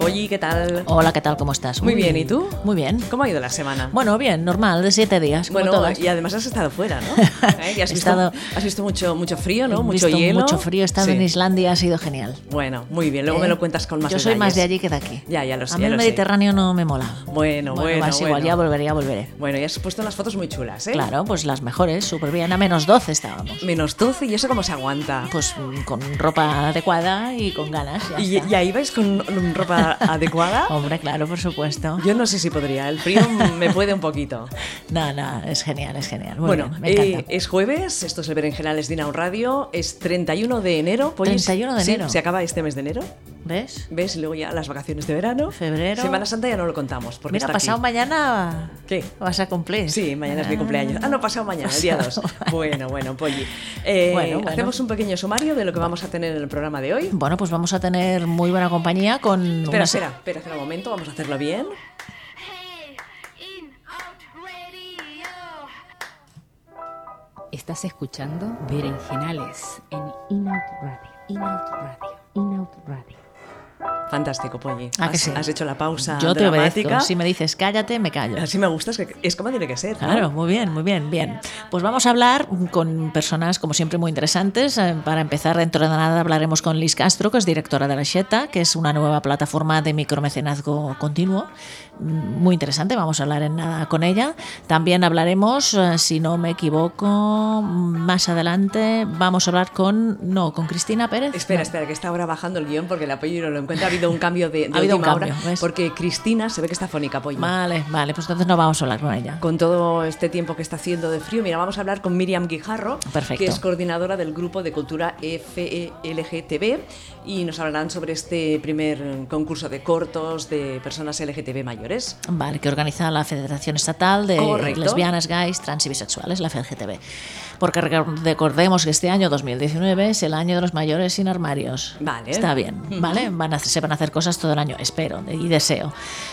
Oli, ¿qué tal? Hola, ¿qué tal? ¿Cómo estás? Muy bien, ¿y tú? Muy bien. ¿Cómo ha ido la semana? Bueno, bien, normal, de siete días, como Bueno, todas. y además has estado fuera, ¿no? ¿Eh? Y has, He visto, estado- has visto mucho, mucho frío, ¿no? He Mucho visto hielo. Mucho frío, he estado Sí. en Islandia, ha sido genial. Bueno, muy bien, luego ¿eh? me lo cuentas con más Yo soy más de detalles. allí que de aquí. Ya, ya lo sé, A mí ya el lo sé. Mediterráneo no me mola. Bueno, bueno, vas bueno. igual, ya volveré, ya volveré. Bueno, y has puesto unas fotos muy chulas, ¿eh? Claro, pues las mejores, súper bien. A menos 12 estábamos. Menos 12, ¿y eso cómo se aguanta? Pues mm, con ropa adecuada y con ganas. ya ¿Y, está. Oh, y ahí vais con mm, ropa adecuada? Hombre, claro, por supuesto. Yo no sé si podría, el frío me puede un poquito. No, no, es genial, es genial. Muy bueno, bien, me eh, encanta. es jueves, esto es el Berenjenales Dinao Radio, es 31 de enero. Pollis. 31 de Sí, enero. se acaba este mes de enero, ¿Ves? ¿ves? Y luego ya las vacaciones de verano. Febrero. Semana Santa ya no lo contamos. Porque Mira, está pasado aquí. mañana ¿Qué? vas a cumplir. Sí, mañana es mi cumpleaños. Ah, no, pasado mañana, el día 2. Bueno, bueno, Polly. Eh, Bueno, bueno. Hacemos un pequeño sumario de lo que vamos a tener en el programa de hoy. Bueno, pues vamos a tener muy buena compañía con... Espera, una- espera, espera, espera un momento, vamos a hacerlo bien. Estás escuchando Berenjenales en Inout Radio. Inout Radio. Inout Radio. Fantástico, Polly. Ah, que has, sí. has hecho la pausa Yo te dramática. obedezco. Si me dices cállate, me callo. Así me gusta, es, que- es como tiene que ser. ¿no? Claro, muy bien, muy bien, bien. Pues vamos a hablar con personas, como siempre, muy interesantes. Eh, Para empezar, dentro de nada hablaremos con Liz Castro, que es directora de La Xeta, que es una nueva plataforma de micromecenazgo continuo. Mm, Muy interesante, vamos a hablar en nada con ella. También hablaremos, eh, si no me equivoco, más adelante vamos a hablar con, no, con Cristina Pérez. Espera, espera, que está ahora bajando el guión porque el apoyo no lo encuentra. Ha habido un cambio de, de Ha habido un última cambio, hora. ¿ves? Porque Cristina se ve que está fónica, Polly. Vale, vale, pues entonces no vamos a hablar con ella. Con todo este tiempo que está haciendo de frío, mira, vamos a hablar con Miriam Guijarro, Perfecto. que es coordinadora del Grupo de Cultura E FLGTB, y nos hablarán sobre este primer eh, concurso de cortos de personas LGTB mayores. Vale, que organiza la Federación Estatal de Correcto. Lesbianas, Gays, Trans y Bisexuales, la FLGTB. Porque reca- recordemos que este año 2019 es el año de los mayores sin armarios. Vale. Está bien, ¿vale? Van a hacer- se van a hacer cosas todo el año, espero y deseo.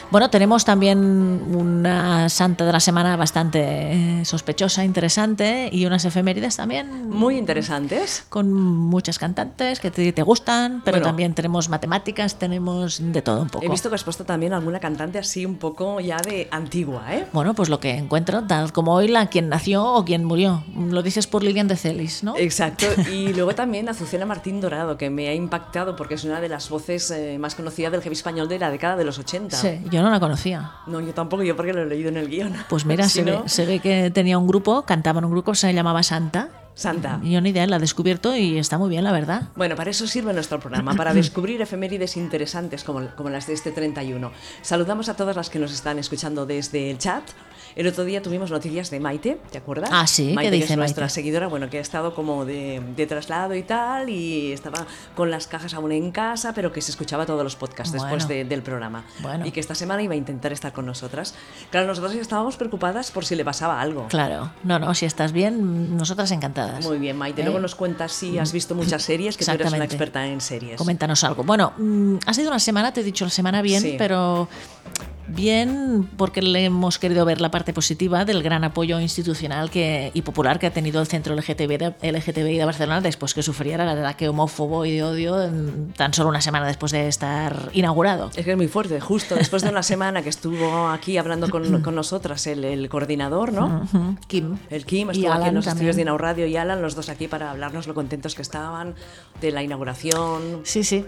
Bueno, tenemos también una santa de la semana bastante eh, sospechosa, interesante y unas efemérides también Muy interesantes. con muchas cantantes que te, te gustan, pero Bueno. también tenemos matemáticas, tenemos de todo un poco. He visto que has puesto también alguna cantante así un poco ya de antigua, ¿eh? Bueno, pues lo que encuentro, tal como hoy, la quien nació o quien murió. Lo dices por Lilian de Celis, ¿no? Exacto, y luego también Azucena Martín Dorado, que me ha impactado porque es una de las voces eh, más conocidas del heavy español de la década de los 80. Sí, yo no la conocía. No, yo tampoco, yo porque lo he leído en el guión. Pues mira, Si se, no, ve, se ve que tenía un grupo, cantaba en un grupo, se llamaba Santa. Santa. Yo ni idea, la he descubierto y está muy bien, la verdad. Bueno, para eso sirve nuestro programa, para descubrir efemérides interesantes como, como las de este 31. Saludamos a todas las que nos están escuchando desde el chat. El otro día tuvimos noticias de Maite, ¿te acuerdas? Ah, sí, ¿qué Maite, que dice es nuestra Maite? seguidora, bueno, que ha estado como de, de traslado y tal, y estaba con las cajas aún en casa, pero que se escuchaba todos los podcasts después Bueno. de- del programa. Bueno. Y que esta semana iba a intentar estar con nosotras. Claro, nosotras ya estábamos preocupadas por si le pasaba algo. Claro, no, no, si estás bien, nosotras encantadas. Muy bien, Maite. ¿Eh? Luego nos cuentas si has visto muchas series, que tú eres una Exactamente. experta en series. Coméntanos algo. Bueno, mm, ha sido una semana, te he dicho la semana bien, Sí. pero bien porque le hemos querido ver la parte positiva del gran apoyo institucional que, y popular que ha tenido el centro LGTB de, LGTBI de Barcelona después que sufriera el ataque homófobo y de odio en- tan solo una semana después de estar inaugurado. Es que es muy fuerte, justo después de una semana que estuvo aquí hablando con, con nosotras el, el coordinador, ¿no? Ujú, Kim. El Kim estuvo Y aquí en Alan los estudios también. de Inau Radio y Alan, los dos aquí para hablarnos lo contentos que estaban de la inauguración. Sí, sí.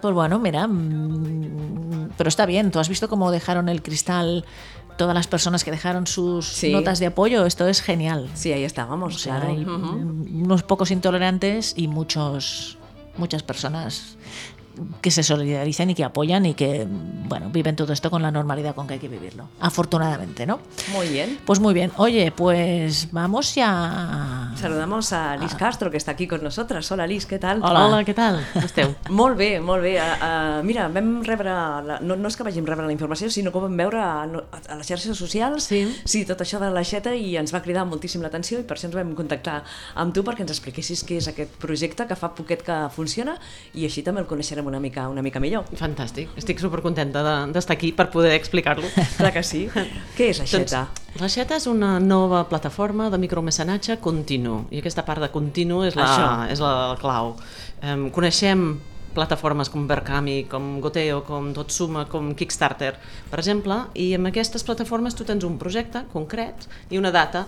Pues bueno, mira, mm, pero está bien. ¿Tú has visto cómo dejaron el cristal todas las personas que dejaron sus Sí. notas de apoyo? Esto es genial. Sí, ahí estábamos, O sea, claro. hay Ujú. unos pocos intolerantes y muchos, muchas personas que se solidarizan y que apoyan y que bueno viven todo esto con la normalidad con que hay que vivirlo. Afortunadamente, ¿no? Muy bien. Pues muy bien. Oye, pues vamos ya. Saludamos a Ah. Liz Castro, que está aquí con nosotras. Hola, Liz, ¿qué tal? Hola. Hola, què tal? Com esteu? Molt bé, molt bé. Uh, mira, vam rebre, la, no, no és que vàgim rebre la informació, sinó que ho vam veure a, no- a a les xarxes socials, Sí. sí, tot això de la xeta, i ens va cridar moltíssim l'atenció i per això ens vam contactar amb tu perquè ens expliquessis què és aquest projecte que fa poquet que funciona i així també el coneixerem una mica, una mica millor. Fantàstic. Estic supercontenta de- d'estar aquí per poder explicar-lo. Clar que sí. què és la xeta? Doncs, la Xeta és una nova plataforma de micromecenatge continu i aquesta part de continu és la, Això. és la clau. Um, coneixem plataformes com Verkami, com Goteo, com Totsuma, com Kickstarter, per exemple, i amb aquestes plataformes tu tens un projecte concret i una data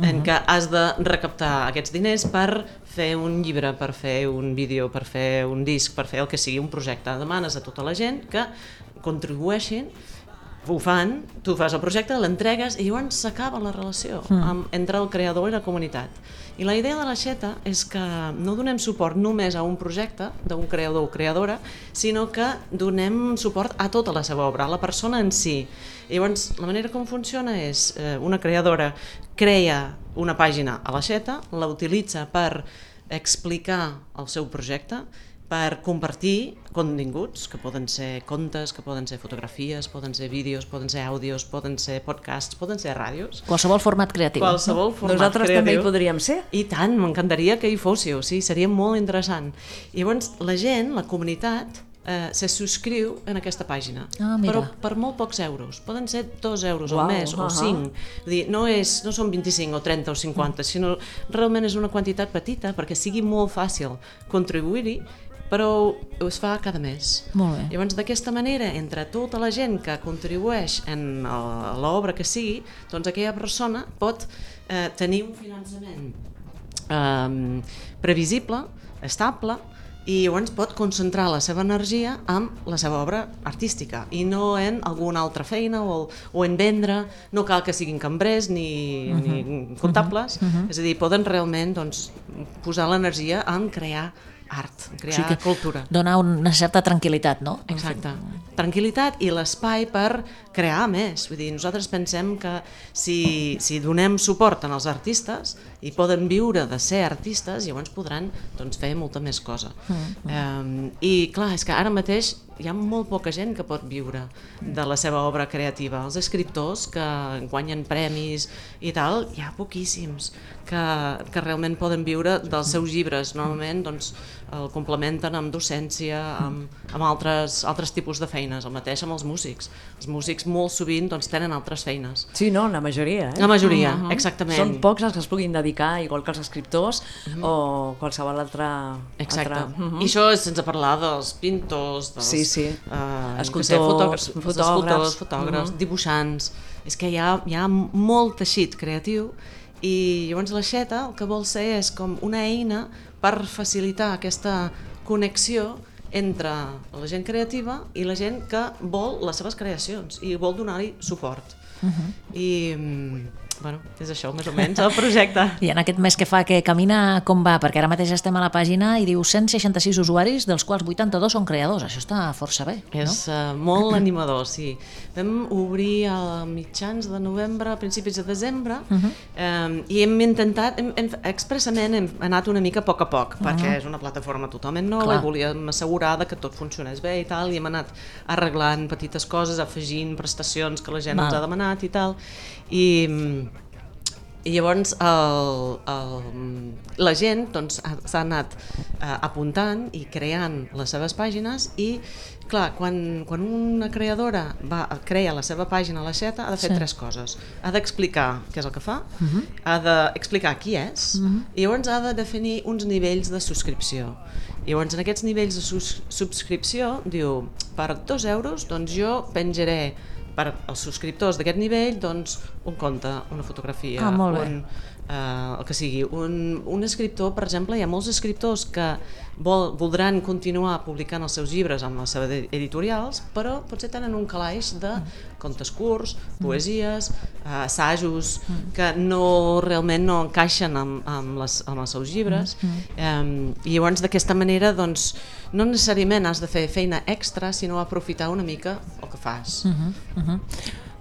en què has de recaptar aquests diners per fer un llibre, per fer un vídeo, per fer un disc, per fer el que sigui un projecte. Demanes a tota la gent que contribueixin ho fan, tu fas el projecte, l'entregues i llavors s'acaba la relació amb, entre el creador i la comunitat. I la idea de la Xeta és que no donem suport només a un projecte d'un creador o creadora, sinó que donem suport a tota la seva obra, a la persona en si. I llavors, la manera com funciona és eh, una creadora crea una pàgina a la Xeta, la utilitza per explicar el seu projecte, per compartir continguts, que poden ser contes, que poden ser fotografies, poden ser vídeos, poden ser àudios, poden ser podcasts, poden ser ràdios. Qualsevol format creatiu. Qualsevol format Nosaltres creatiu. també hi podríem ser. I tant, m'encantaria que hi fóssiu, sí, seria molt interessant. I llavors la gent, la comunitat, eh, se subscriu en aquesta pàgina, Ah, mira. però per molt pocs euros, poden ser 2 euros Uau, al mes ahà. o 5, Vull dir, no, és, no són 25 o 30 o 50, sinó realment és una quantitat petita perquè sigui molt fàcil contribuir-hi, però es fa cada mes. Molt bé. Llavors, d'aquesta manera, entre tota la gent que contribueix en el- l'obra que sigui, doncs aquella persona pot eh, tenir un finançament eh, previsible, estable, i llavors pot concentrar la seva energia en la seva obra artística i no en alguna altra feina o, el- o en vendre, no cal que siguin cambrers ni, ni comptables, és a dir, poden realment doncs, posar l'energia en crear art, en O crear sigui que cultura. dona una certa tranquil·litat, no? Exacte. Tranquil·litat i l'espai per crear més. Vull dir, nosaltres pensem que si, si donem suport als artistes i poden viure de ser artistes, llavors podran doncs, fer molta més cosa. Mm -hmm. I clar, és que ara mateix hi ha molt poca gent que pot viure de la seva obra creativa. Els escriptors que guanyen premis i tal, hi ha poquíssims que, que realment poden viure dels seus llibres. Normalment doncs, el complementen amb docència, amb, amb altres, altres tipus de feines, el mateix amb els músics. Els músics molt sovint doncs, tenen altres feines. Sí, no, la majoria, eh? La majoria, exactament. Són pocs els que es puguin dedicar, igual que els escriptors o qualsevol altra... Mhm. Exacte. Altra... Mhm. I això és sense parlar dels pintors, dels Sí, sí. eh, Escultors, jo què sé, fotògrafs, dels fotògrafs. escultors, fotògrafs, Mhm. dibuixants... És que hi ha, hi ha molt teixit creatiu i llavors l'aixeta el que vol ser és com una eina per facilitar aquesta connexió entre la gent creativa i la gent que vol les seves creacions i vol donar-hi suport. Mm-hmm. I, mm, bueno, és això més o menys el projecte. I en aquest mes que fa que camina, com va? Perquè ara mateix estem a la pàgina i diu 166 usuaris, dels quals 82 són creadors. Això està força bé, no? És uh, molt animador, sí. Vam obrir a mitjans de novembre, a principis de desembre, uh Mhm. -huh. um, i hem intentat, hem, hem, expressament hem anat una mica a poc a poc, uh -huh. perquè és una plataforma totalment nova Mhm. Clar. i volíem assegurar de que tot funcionés bé i tal, i hem anat arreglant petites coses, afegint prestacions que la gent ens Val. ha demanat i tal, i... mm, i llavors el, el, la gent doncs, ha- s'ha anat eh, apuntant i creant les seves pàgines i, clar, quan, quan una creadora va, crea la seva pàgina a la xeta ha de fer Sí. sí. tres coses. Ha d'explicar què és el que fa, uh -huh. ha d'explicar qui és uh -huh. i llavors ha de definir uns nivells de subscripció. Llavors, en aquests nivells de sus- subscripció, diu, per dos euros, doncs jo penjaré per als subscriptors d'aquest nivell, doncs, un conte, una fotografia, Ah, molt bé. un, eh, el que sigui. Un, un escriptor, per exemple, hi ha molts escriptors que vol, voldran continuar publicant els seus llibres amb les seves edi- editorials, però potser tenen un calaix de contes curts, Mm. poesies, eh, assajos, que no realment no encaixen amb, amb, les, amb els seus llibres. Mm, Eh, I llavors, d'aquesta manera, doncs, no necessàriament has de fer feina extra, sinó aprofitar una mica el que fas.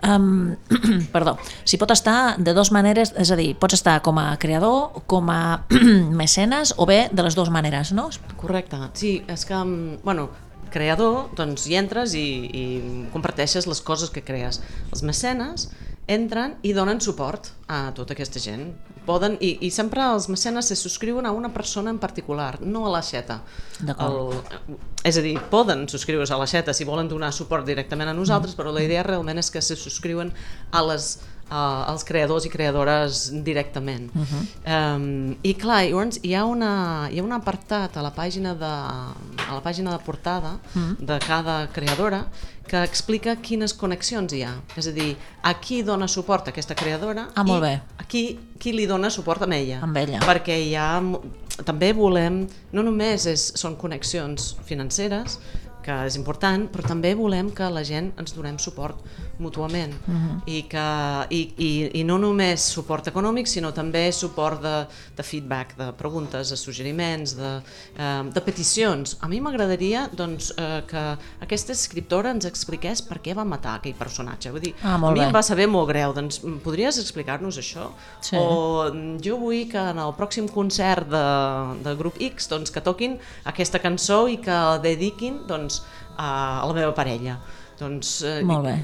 Um, perdó, s'hi pot estar de dues maneres, és a dir, pots estar com a creador, com a mecenes o bé de les dues maneres, no? Correcte, sí, és que, mm, bueno, creador, doncs hi entres i, i comparteixes les coses que crees. Els mecenes entren i donen suport a tota aquesta gent. Poden, i, I sempre els mecenes se subscriuen a una persona en particular, no a la xeta. D'acord. El- És a dir, poden subscriure's a la xeta si volen donar suport directament a nosaltres, però la idea realment és que se subscriuen a les eh, els creadors i creadores directament. Uh Mhm. -huh. um, I clar, llavors hi ha, una, hi ha un apartat a la pàgina de, a la pàgina de portada uh Mhm. -huh. de cada creadora que explica quines connexions hi ha. És a dir, a qui dona suport a aquesta creadora Ah, molt i bé. a qui, qui li dona suport a ella. Amb ella. Perquè hi ha, mo- també volem, no només és, són connexions financeres, que és important, però també volem que la gent ens donem suport mútuament uh Mhm. -huh. I, que, i, i, i no només suport econòmic, sinó també suport de, de feedback, de preguntes, de suggeriments, de, eh, de peticions. A mi m'agradaria doncs, eh, que aquesta escriptora ens expliqués per què va matar aquell personatge. Vull dir, Ah, a molt mi bé. em va saber molt greu, doncs mm, podries explicar-nos això? Sí. O mm, jo vull que en el pròxim concert de, de grup X doncs, que toquin aquesta cançó i que la dediquin doncs, a, a la meva parella. Doncs, eh, Molt bé.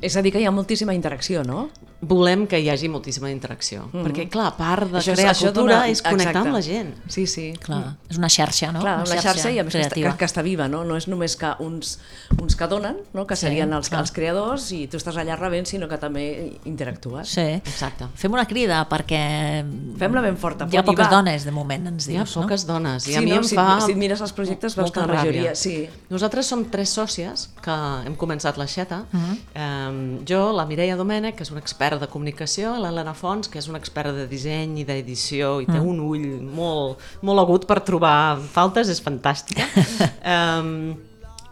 És a dir, que hi ha moltíssima interacció, no? volem que hi hagi moltíssima interacció, mm -hmm. perquè clar, part de Això és- crear això cultura dona- és connectar exacte. amb la gent. Sí, sí. Clar, és una xarxa, no? Clar, una xarxa i a més que està, creativa. que, que està viva, no? No és només que uns, uns que donen, no? que Sí, serien els, clar. els creadors i tu estàs allà rebent, sinó que també interactues. Sí. Exacte. Fem una crida perquè Fem-la ben forta, hi ha Pol, i poques va. dones de moment, ens Hi ha dius, poques dones i Sí, a mi no? em si, fa si et mires els projectes veus que molta la majoria... ràbia. Sí. Nosaltres som tres sòcies que hem començat la xeta. Mm Mhm. -hmm. eh, jo, la Mireia Domènech, que és una experta de comunicació, i l'Helena Fons, que és una experta de disseny i d'edició i Mhm. té un ull molt, molt agut per trobar faltes, és fantàstica. eh,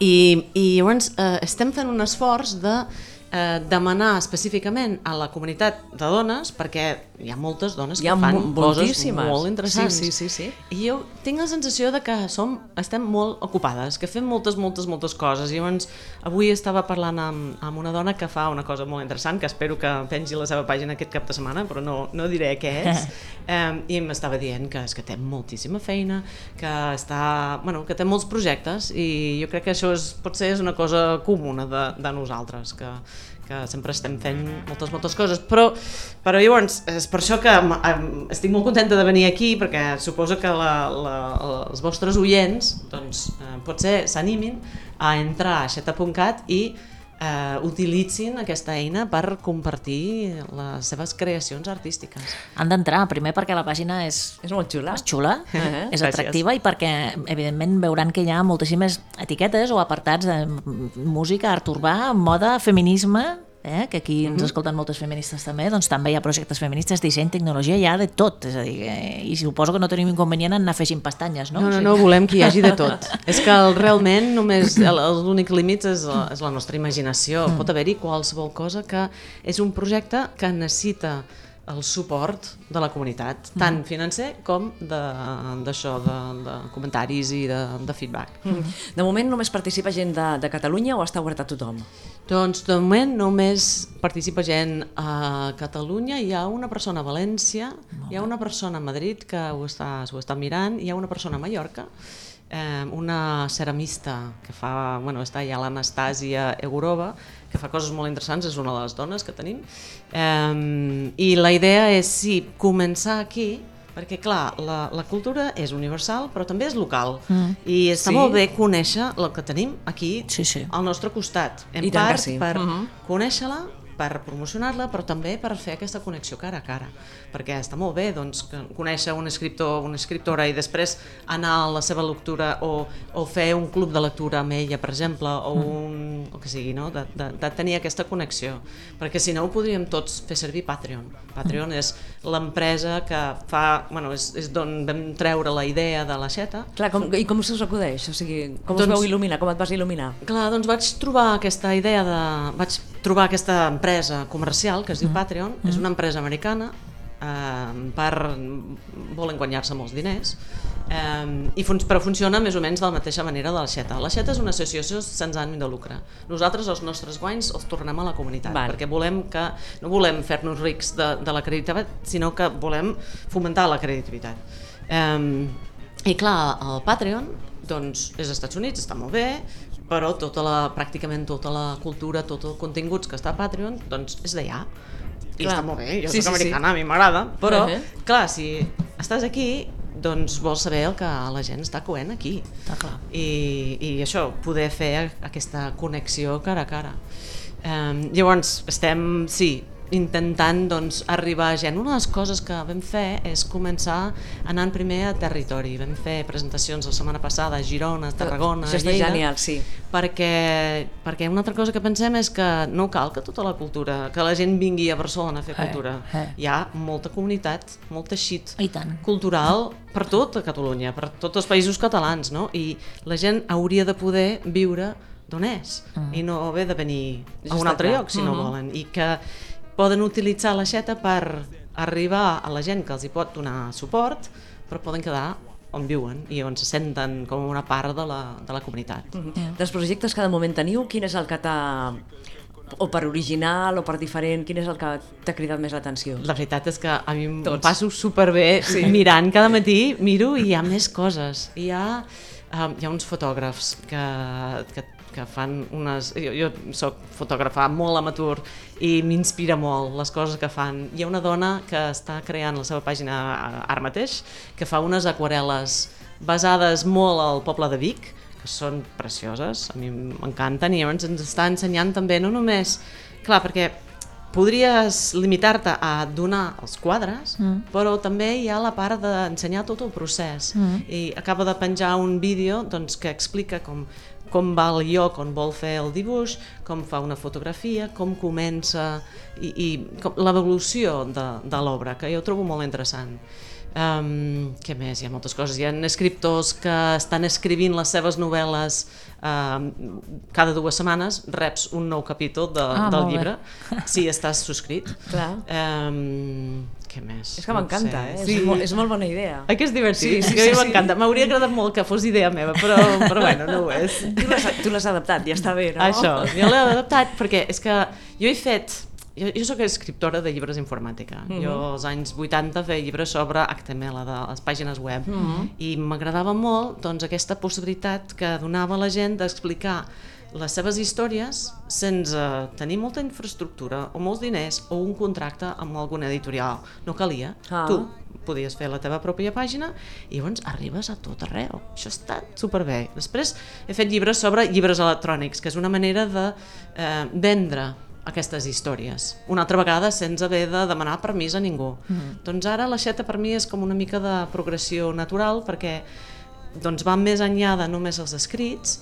i, I llavors eh, estem fent un esforç de eh, demanar específicament a la comunitat de dones, perquè hi ha moltes dones Hi que ha fan mo- coses moltíssimes. molt interessants. Sí, sí, sí, sí. I jo tinc la sensació de que som, estem molt ocupades, que fem moltes, moltes, moltes coses. I llavors, avui estava parlant amb, amb una dona que fa una cosa molt interessant, que espero que pengi la seva pàgina aquest cap de setmana, però no, no diré què és. Um, I m'estava dient que és que té moltíssima feina, que, està, bueno, que té molts projectes i jo crec que això és, potser és una cosa comuna de, de nosaltres, que, que sempre estem fent moltes, moltes coses, però, però llavors és per això que m- em- estic molt contenta de venir aquí perquè suposo que la, la, la- els vostres oients doncs, eh, potser s'animin a entrar a xeta.cat i eh, utilitzin aquesta eina per compartir les seves creacions artístiques. no? Han d'entrar, primer perquè la pàgina és És molt xula. és xula, Eh, és gràcies. atractiva i perquè, evidentment, veuran que hi ha moltíssimes etiquetes o apartats de m- música, art urbà, moda, feminisme, eh, que aquí Mhm. ens escolten moltes feministes també, doncs també hi ha projectes feministes, disseny, tecnologia, hi ha de tot, és a dir, eh, i suposo que no tenim inconvenient en anar afegint pestanyes, no? No, O no, sigui, no, volem que hi hagi de tot. és que el, realment només el- el- l'únic límit és, la- és la nostra imaginació. Pot haver-hi qualsevol cosa que és un projecte que necessita el suport de la comunitat, tant financer com de- d'això, de, de, de comentaris i de, de feedback. Mm. De moment només participa gent de, de Catalunya o està obert a tothom? Doncs de moment només participa gent a Catalunya, hi ha una persona a València, hi ha una persona a Madrid que ho està, s'ho està mirant, hi ha una persona a Mallorca, eh, una ceramista que fa, bueno, està ja l'Anastàsia Egorova, que fa coses molt interessants, és una de les dones que tenim, eh, i la idea és, sí, començar aquí, perquè, clar, la, la cultura és universal, però també és local, mm. i Sí. està sí. molt bé conèixer el que tenim aquí, Sí, sí. al nostre costat, en I tant que part sí. per Mhm. conèixer-la, per promocionar-la, però també per fer aquesta connexió cara a cara. Perquè està molt bé doncs, que- conèixer un escriptor o una escriptora i després anar a la seva lectura o, o fer un club de lectura amb ella, per exemple, o Mhm. un, el que sigui, no? de, de, de tenir aquesta connexió. Perquè si no ho podríem tots fer servir Patreon. Mhm. Patreon és l'empresa que fa, bueno, és, és d'on vam treure la idea de la xeta, Clar, com, i com se us acudeix? O sigui, com doncs... Doncs- us veu il·luminar? Com et vas il·luminar? Clar, doncs vaig trobar aquesta idea de... Vaig trobar aquesta empresa comercial que es diu Patreon, és una empresa americana, eh, per... volen guanyar-se molts diners, eh, i fun però funciona més o menys de la mateixa manera de la Xeta. La Xeta és una associació sense ànim de lucre. Nosaltres els nostres guanys els tornem a la comunitat, Val. perquè volem que, no volem fer-nos rics de, de la creativitat, sinó que volem fomentar la creativitat. Um, I clar, el Patreon doncs, és als Estats Units, està molt bé, però tota la, pràcticament tota la cultura, tots els continguts que està a Patreon, doncs és d'allà. I Clar. està molt bé, jo Sí, sí, sí, soc sí. americana, a mi m'agrada, però Ahà. clar, si estàs aquí, doncs vols saber el que la gent està coent aquí. Està clar. I, i això, poder fer aquesta connexió cara a cara. Um, llavors, estem, sí, intentant doncs, arribar a gent. Una de les coses que vam fer és començar anant primer a territori. Vam fer presentacions la setmana passada a Girona, a Tarragona, Això a està Lleida, genial, sí. perquè, perquè una altra cosa que pensem és que no cal que tota la cultura, que la gent vingui a Barcelona a fer Eh, cultura. eh. Hi ha molta comunitat, molt teixit I tant. cultural per tot a Catalunya, per tots els països catalans, no? I la gent hauria de poder viure d'on és i no haver de venir Això a un està altre clar. lloc si no volen i que poden utilitzar la xeta per arribar a la gent que els hi pot donar suport però poden quedar on viuen i on se senten com una part de la, de la comunitat. Dels projectes que de moment teniu, quin és el que t'ha o per original o per diferent, quin és el que t'ha cridat més l'atenció? La veritat és que a mi em Tots. passo superbé sí. mirant cada matí, miro i hi ha més coses. Hi ha, um, hi ha uns fotògrafs que, que, que fan unes... Jo, jo soc fotògrafa molt amateur i m'inspira molt les coses que fan. Hi ha una dona que està creant la seva pàgina eh, ara mateix que fa unes aquarel·les basades molt al poble de Vic, que són precioses, a mi m'encanten, i llavors ens està ensenyant també no només... Clar, perquè podries limitar-te a donar els quadres, mm. però també hi ha la part d'ensenyar tot el procés. Mm. I acaba de penjar un vídeo doncs, que explica com, com va el lloc on vol fer el dibuix, com fa una fotografia, com comença i, i com, l'evolució de, de l'obra, que jo trobo molt interessant. Um, què més? Hi ha moltes coses. Hi ha escriptors que estan escrivint les seves novel·les um, cada dues setmanes, reps un nou capítol de, Ah, del molt bé. llibre si estàs subscrit. Clar. Um, què més? És que m'encanta, no eh? ho sé. És, molt, és molt bona idea. Oi que és divertit? Sí, sí, sí, m'encanta. M'hauria agradat molt que fos idea meva, però, però bueno, no ho és. Tu l'has tu l'has adaptat, ja està bé, no? Això, jo l'he adaptat perquè és que jo he fet... Jo, jo sóc escriptora de llibres d'informàtica. Uh -huh. Jo als anys 80 feia llibres sobre HTML, de les pàgines web. Uh -huh. I m'agradava molt doncs, aquesta possibilitat que donava a la gent d'explicar les seves històries sense tenir molta infraestructura o molts diners o un contracte amb alguna editorial. No calia. Ah. Ah. Tu podies fer la teva pròpia pàgina i llavors arribes a tot arreu. Això està superbé. Després he fet llibres sobre llibres electrònics, que és una manera de eh, vendre aquestes històries. Una altra vegada sense haver de demanar permís a ningú. Mm-hmm. Mm. Doncs ara l'aixeta per mi és com una mica de progressió natural perquè doncs va més enllà de només els escrits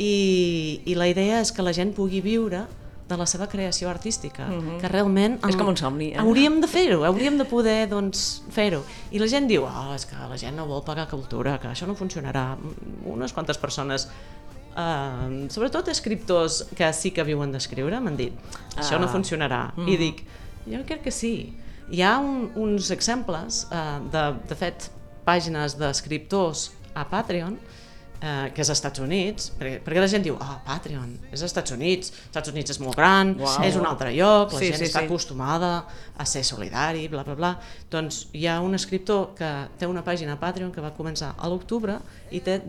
i, i la idea és que la gent pugui viure de la seva creació artística, mm -hmm. que realment... Mm-hmm. És com un somni, eh? Hauríem de fer-ho, hauríem de poder doncs, fer-ho. I la gent diu, oh, és que la gent no vol pagar cultura, que això no funcionarà. Mm, Unes quantes persones Uh, sobretot escriptors que sí que viuen d'escriure m'han dit, això no Ah. funcionarà i dic, jo crec que sí hi ha un, uns exemples uh, de, de fet, pàgines d'escriptors a Patreon eh, que és als Estats Units, perquè, perquè la gent diu, oh, Patreon, és als Estats Units, els Estats Units és molt gran, Uau. és un altre lloc, la Sí, sí, gent sí, sí, està sí. sí. acostumada a ser solidari, bla, bla, bla. Doncs hi ha un escriptor que té una pàgina a Patreon que va començar a l'octubre i té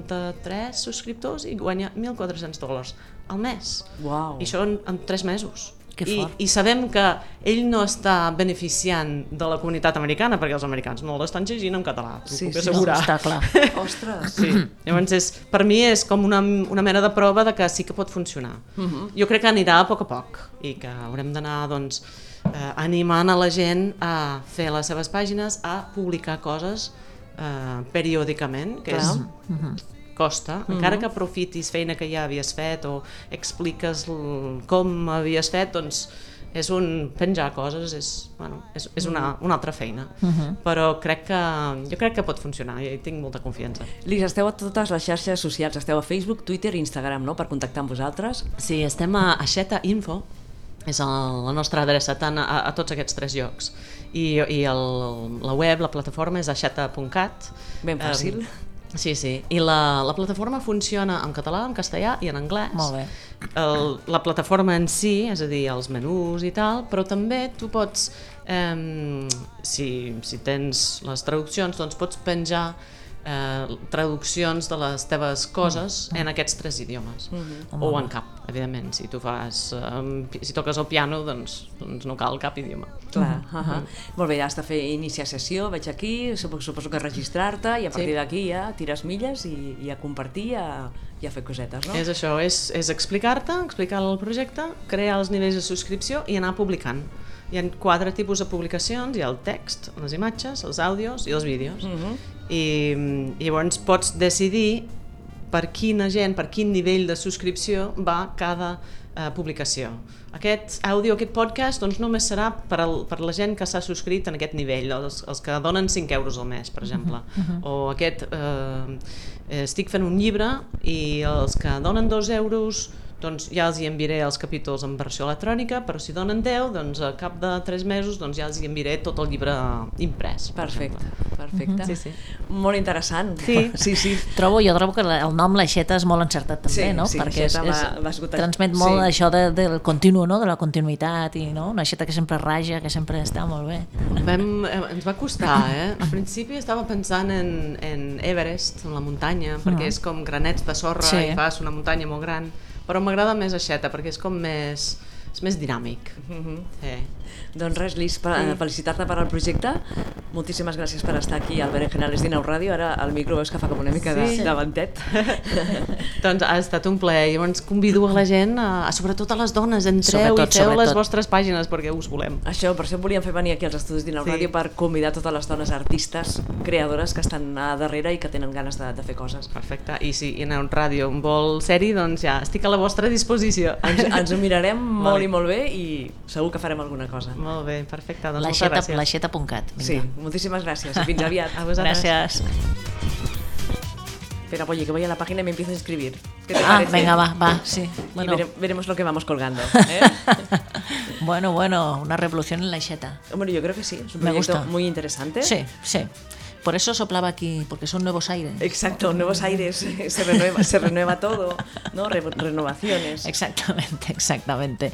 283 subscriptors i guanya 1.400 dòlars al mes. Uau. I això en, en 3 mesos. Que I, fort. I sabem que ell no està beneficiant de la comunitat americana perquè els americans no l'estan llegint en català, t'ho Sí, sí, puc sí, No, assegurar. està clar. Ostres! Sí. Llavors, és, per mi és com una, una mena de prova de que sí que pot funcionar. Jo crec que anirà a poc a poc i que haurem d'anar doncs, eh, animant a la gent a fer les seves pàgines, a publicar coses eh, periòdicament, que Clar. és costa, encara que aprofitis feina que ja havies fet o expliques l- com havies fet, doncs és un penjar coses, és, bueno, és, és una, una altra feina. Però crec que, jo crec que pot funcionar, i tinc molta confiança. Lis, esteu a totes les xarxes socials, esteu a Facebook, Twitter i Instagram, no?, per contactar amb vosaltres. Sí, estem a Aixeta Info, és el, la nostra adreça tant a, a tots aquests tres llocs. I, i el, la web, la plataforma és aixeta.cat. Ben fàcil. Em, sí, sí. I la, la plataforma funciona en català, en castellà i en anglès. Molt bé. El, la plataforma en si, és a dir, els menús i tal, però també tu pots, eh, si, si tens les traduccions, doncs pots penjar eh, traduccions de les teves coses Mm. en aquests tres idiomes. Mm-hmm. O en cap, evidentment. Si tu fas, eh, si toques el piano, doncs, doncs no cal cap idioma. Clar, uh -huh. Molt bé, has de fer iniciar sessió, vaig aquí, supo- suposo que registrar-te i a partir d'aquí ja tires milles i, i a compartir a, i a fer cosetes, no? És això, és, és explicar-te, explicar el projecte, crear els nivells de subscripció i anar publicant. Hi ha quatre tipus de publicacions, hi ha el text, les imatges, els àudios i els vídeos. Uh -huh. I, mm, I llavors pots decidir per quina gent, per quin nivell de subscripció va cada eh, publicació. Aquest àudio, aquest podcast, doncs només serà per, el, per la gent que s'ha subscrit en aquest nivell, els, els que donen 5 euros al mes, per exemple. Uh -huh. O aquest, eh, estic fent un llibre i els que donen 2 euros doncs ja els hi enviaré els capítols en versió electrònica, però si donen 10, doncs a cap de 3 mesos doncs ja els hi enviaré tot el llibre imprès. per Perfecte, exemple. perfecte. Sí, sí. Molt interessant. Sí. sí, sí. Trobo, jo trobo que la- el nom L'aixeta és molt encertat també, Sí, no? sí, Perquè és, aixeta és, va- va esgotar- transmet molt sí. això de, del continu, no? De la continuïtat i no? una aixeta que sempre raja, que sempre està molt bé. Vam, eh, ens va costar, eh? Ah. Al principi estava pensant en, en Everest, en la muntanya, perquè és com granets de sorra Ah. Sí. sí. i fas una muntanya molt gran, però m'agrada més Aixeta perquè és com més, és més dinàmic. Mm Mm-hmm. -hmm. sí. Doncs res, Lis, per, sí. felicitar-te per al projecte. Moltíssimes gràcies per estar aquí al Berenjenales d'Inau Ràdio. Ara el micro veus que fa com una mica sí. de, de ventet. Doncs ha estat un plaer. Llavors convido a la gent, a, a sobretot a les dones, entreu Sobretot, i feu les sobretot. vostres pàgines perquè us volem. Això, per això volíem fer venir aquí als estudis d'Inau Sí. Ràdio per convidar totes les dones artistes, creadores que estan a darrere i que tenen ganes de, de fer coses. Perfecte. I si hi ha un ràdio en vol seri, doncs ja estic a la vostra disposició. Ens, ens ho mirarem molt Vale. i molt bé i segur que farem alguna cosa. Molt bé, perfecte. Doncs moltes L'aixeta- gràcies. L'aixeta.cat. Pues Sí, moltíssimes gràcies. Fins aviat. A vosaltres. Gràcies. Espera, oye, que voy a la página y me empiezo a inscribir. ¿Qué te Ah, parece? vinga, va, va, sí. Bueno. Bueno, veremos lo que vamos colgando. ¿eh? bueno, bueno, una revolución en la aixeta. Hombre, yo creo que sí. Es un Me proyecto gusta. muy interesante. Sí, sí. Por eso soplaba aquí, porque son nuevos aires. Exacto, nuevos aires, se renueva, se renueva todo, ¿no? Re- renovaciones. Exactamente, exactamente.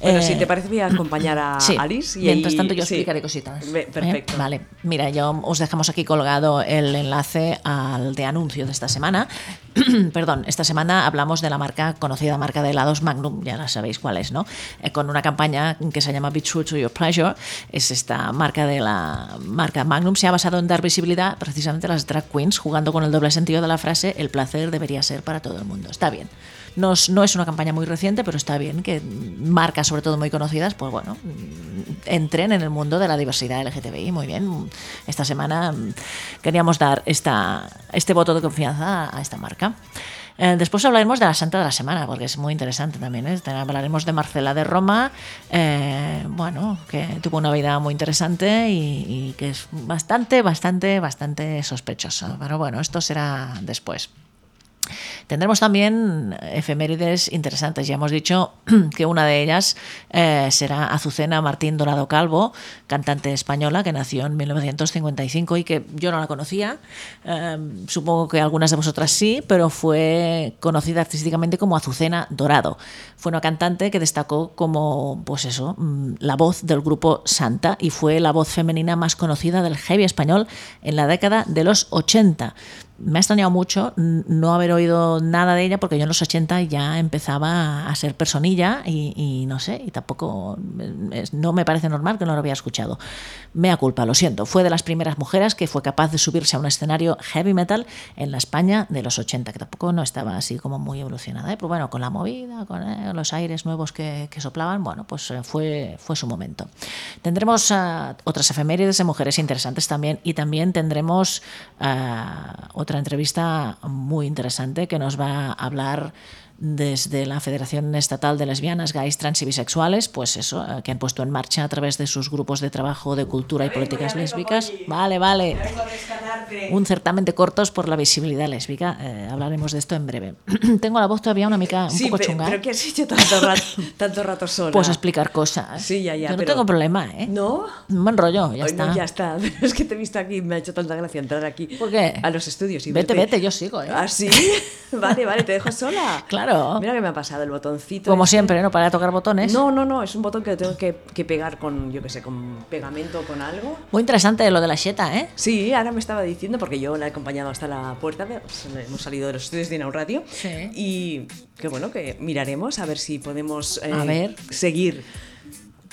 Bueno, Eh, si te parece, voy a acompañar a Sí. Alice. Y Mientras ahí- tanto yo sí. explicaré cositas. Ve- ¿eh? Perfecto. Vale, mira, yo os dejamos aquí colgado el enlace al de anuncio de esta semana. Perdón, esta semana hablamos de la marca conocida marca de helados Magnum, ya la sabéis cuál es, ¿no? Eh, con una campaña que se llama Be True to Your Pleasure. Es esta marca de la marca Magnum se ha basado en dar visibilidad precisamente a las drag queens jugando con el doble sentido de la frase el placer debería ser para todo el mundo. Está bien. No, es- no es una campaña muy reciente, pero está bien que marcas, sobre todo muy conocidas, pues bueno, entren en el mundo de la diversidad LGTBI. Muy bien, esta semana mm, queríamos dar esta, este voto de confianza a- a esta marca. Eh, después hablaremos de la Santa de la Semana, porque es muy interesante también. ¿eh? Te- Hablaremos de Marcela de Roma, eh, bueno, que tuvo una vida muy interesante y, y que es bastante, bastante, bastante sospechosa. Pero bueno, esto será después. Tendremos también efemérides interesantes. Ya hemos dicho que una de ellas eh, será Azucena Martín Dorado Calvo, cantante española que nació en 1955 y que yo no la conocía. Eh, supongo que algunas de vosotras sí, pero fue conocida artísticamente como Azucena Dorado. Fue una cantante que destacó como, pues eso, mm, la voz del grupo Santa y fue la voz femenina más conocida del heavy español en la década de los 80 me ha extrañado mucho n- no haber oído nada de ella porque yo en los 80 ya empezaba a ser personilla y, y no sé, y tampoco eh, es- no me parece normal que no lo había escuchado. Mea culpa, lo siento. Fue de las primeras mujeres que fue capaz de subirse a un escenario heavy metal en la España de los 80, que tampoco no estaba así como muy evolucionada, ¿eh? pero bueno, con la movida, con eh, los aires nuevos que, que soplaban, bueno, pues eh, fue, fue su momento. Tendremos ah, otras efemérides de mujeres interesantes también y también tendremos ah, otra entrevista muy interesante que nos va a hablar desde la Federación Estatal de Lesbianas, Gays, Trans y Bisexuales, pues eso, eh, que han puesto en marcha a través de sus grupos de trabajo de cultura y políticas lésbicas. Vale, vale. Un certamen de cortos por la visibilidad lésbica. Eh, hablaremos de esto en breve. Tengo la voz todavía una mica un Sí, poco pe- chunga. ¿eh? pero ¿qué has hecho tanto rato, tanto rato sola? Pues explicar cosas. Sí, ya, ya, Yo no pero- tengo problema, ¿eh? ¿No? Un buen rollo, ya Ay, está. no, ya está. Pero es que te he visto aquí y me ha hecho tanta gracia entrar aquí. ¿Por qué? A los estudios. Y Vete, verte- vete, yo sigo, ¿eh? ¿Ah, sí? vale, vale, te dejo sola. Claro. Mira que me ha pasado el botoncito. Como este. siempre, ¿no? Para tocar botones. No, no, no, es un botón que tengo que, que pegar con, yo qué sé, con pegamento o con algo. Muy interesante lo de la xeta, ¿eh? Sí, ahora me estaba diciendo, porque yo la he acompañado hasta la puerta, pero, pues, hemos salido de los estudios de Inau Radio. Sí. Y que bueno, que miraremos a ver si podemos eh, A ver. seguir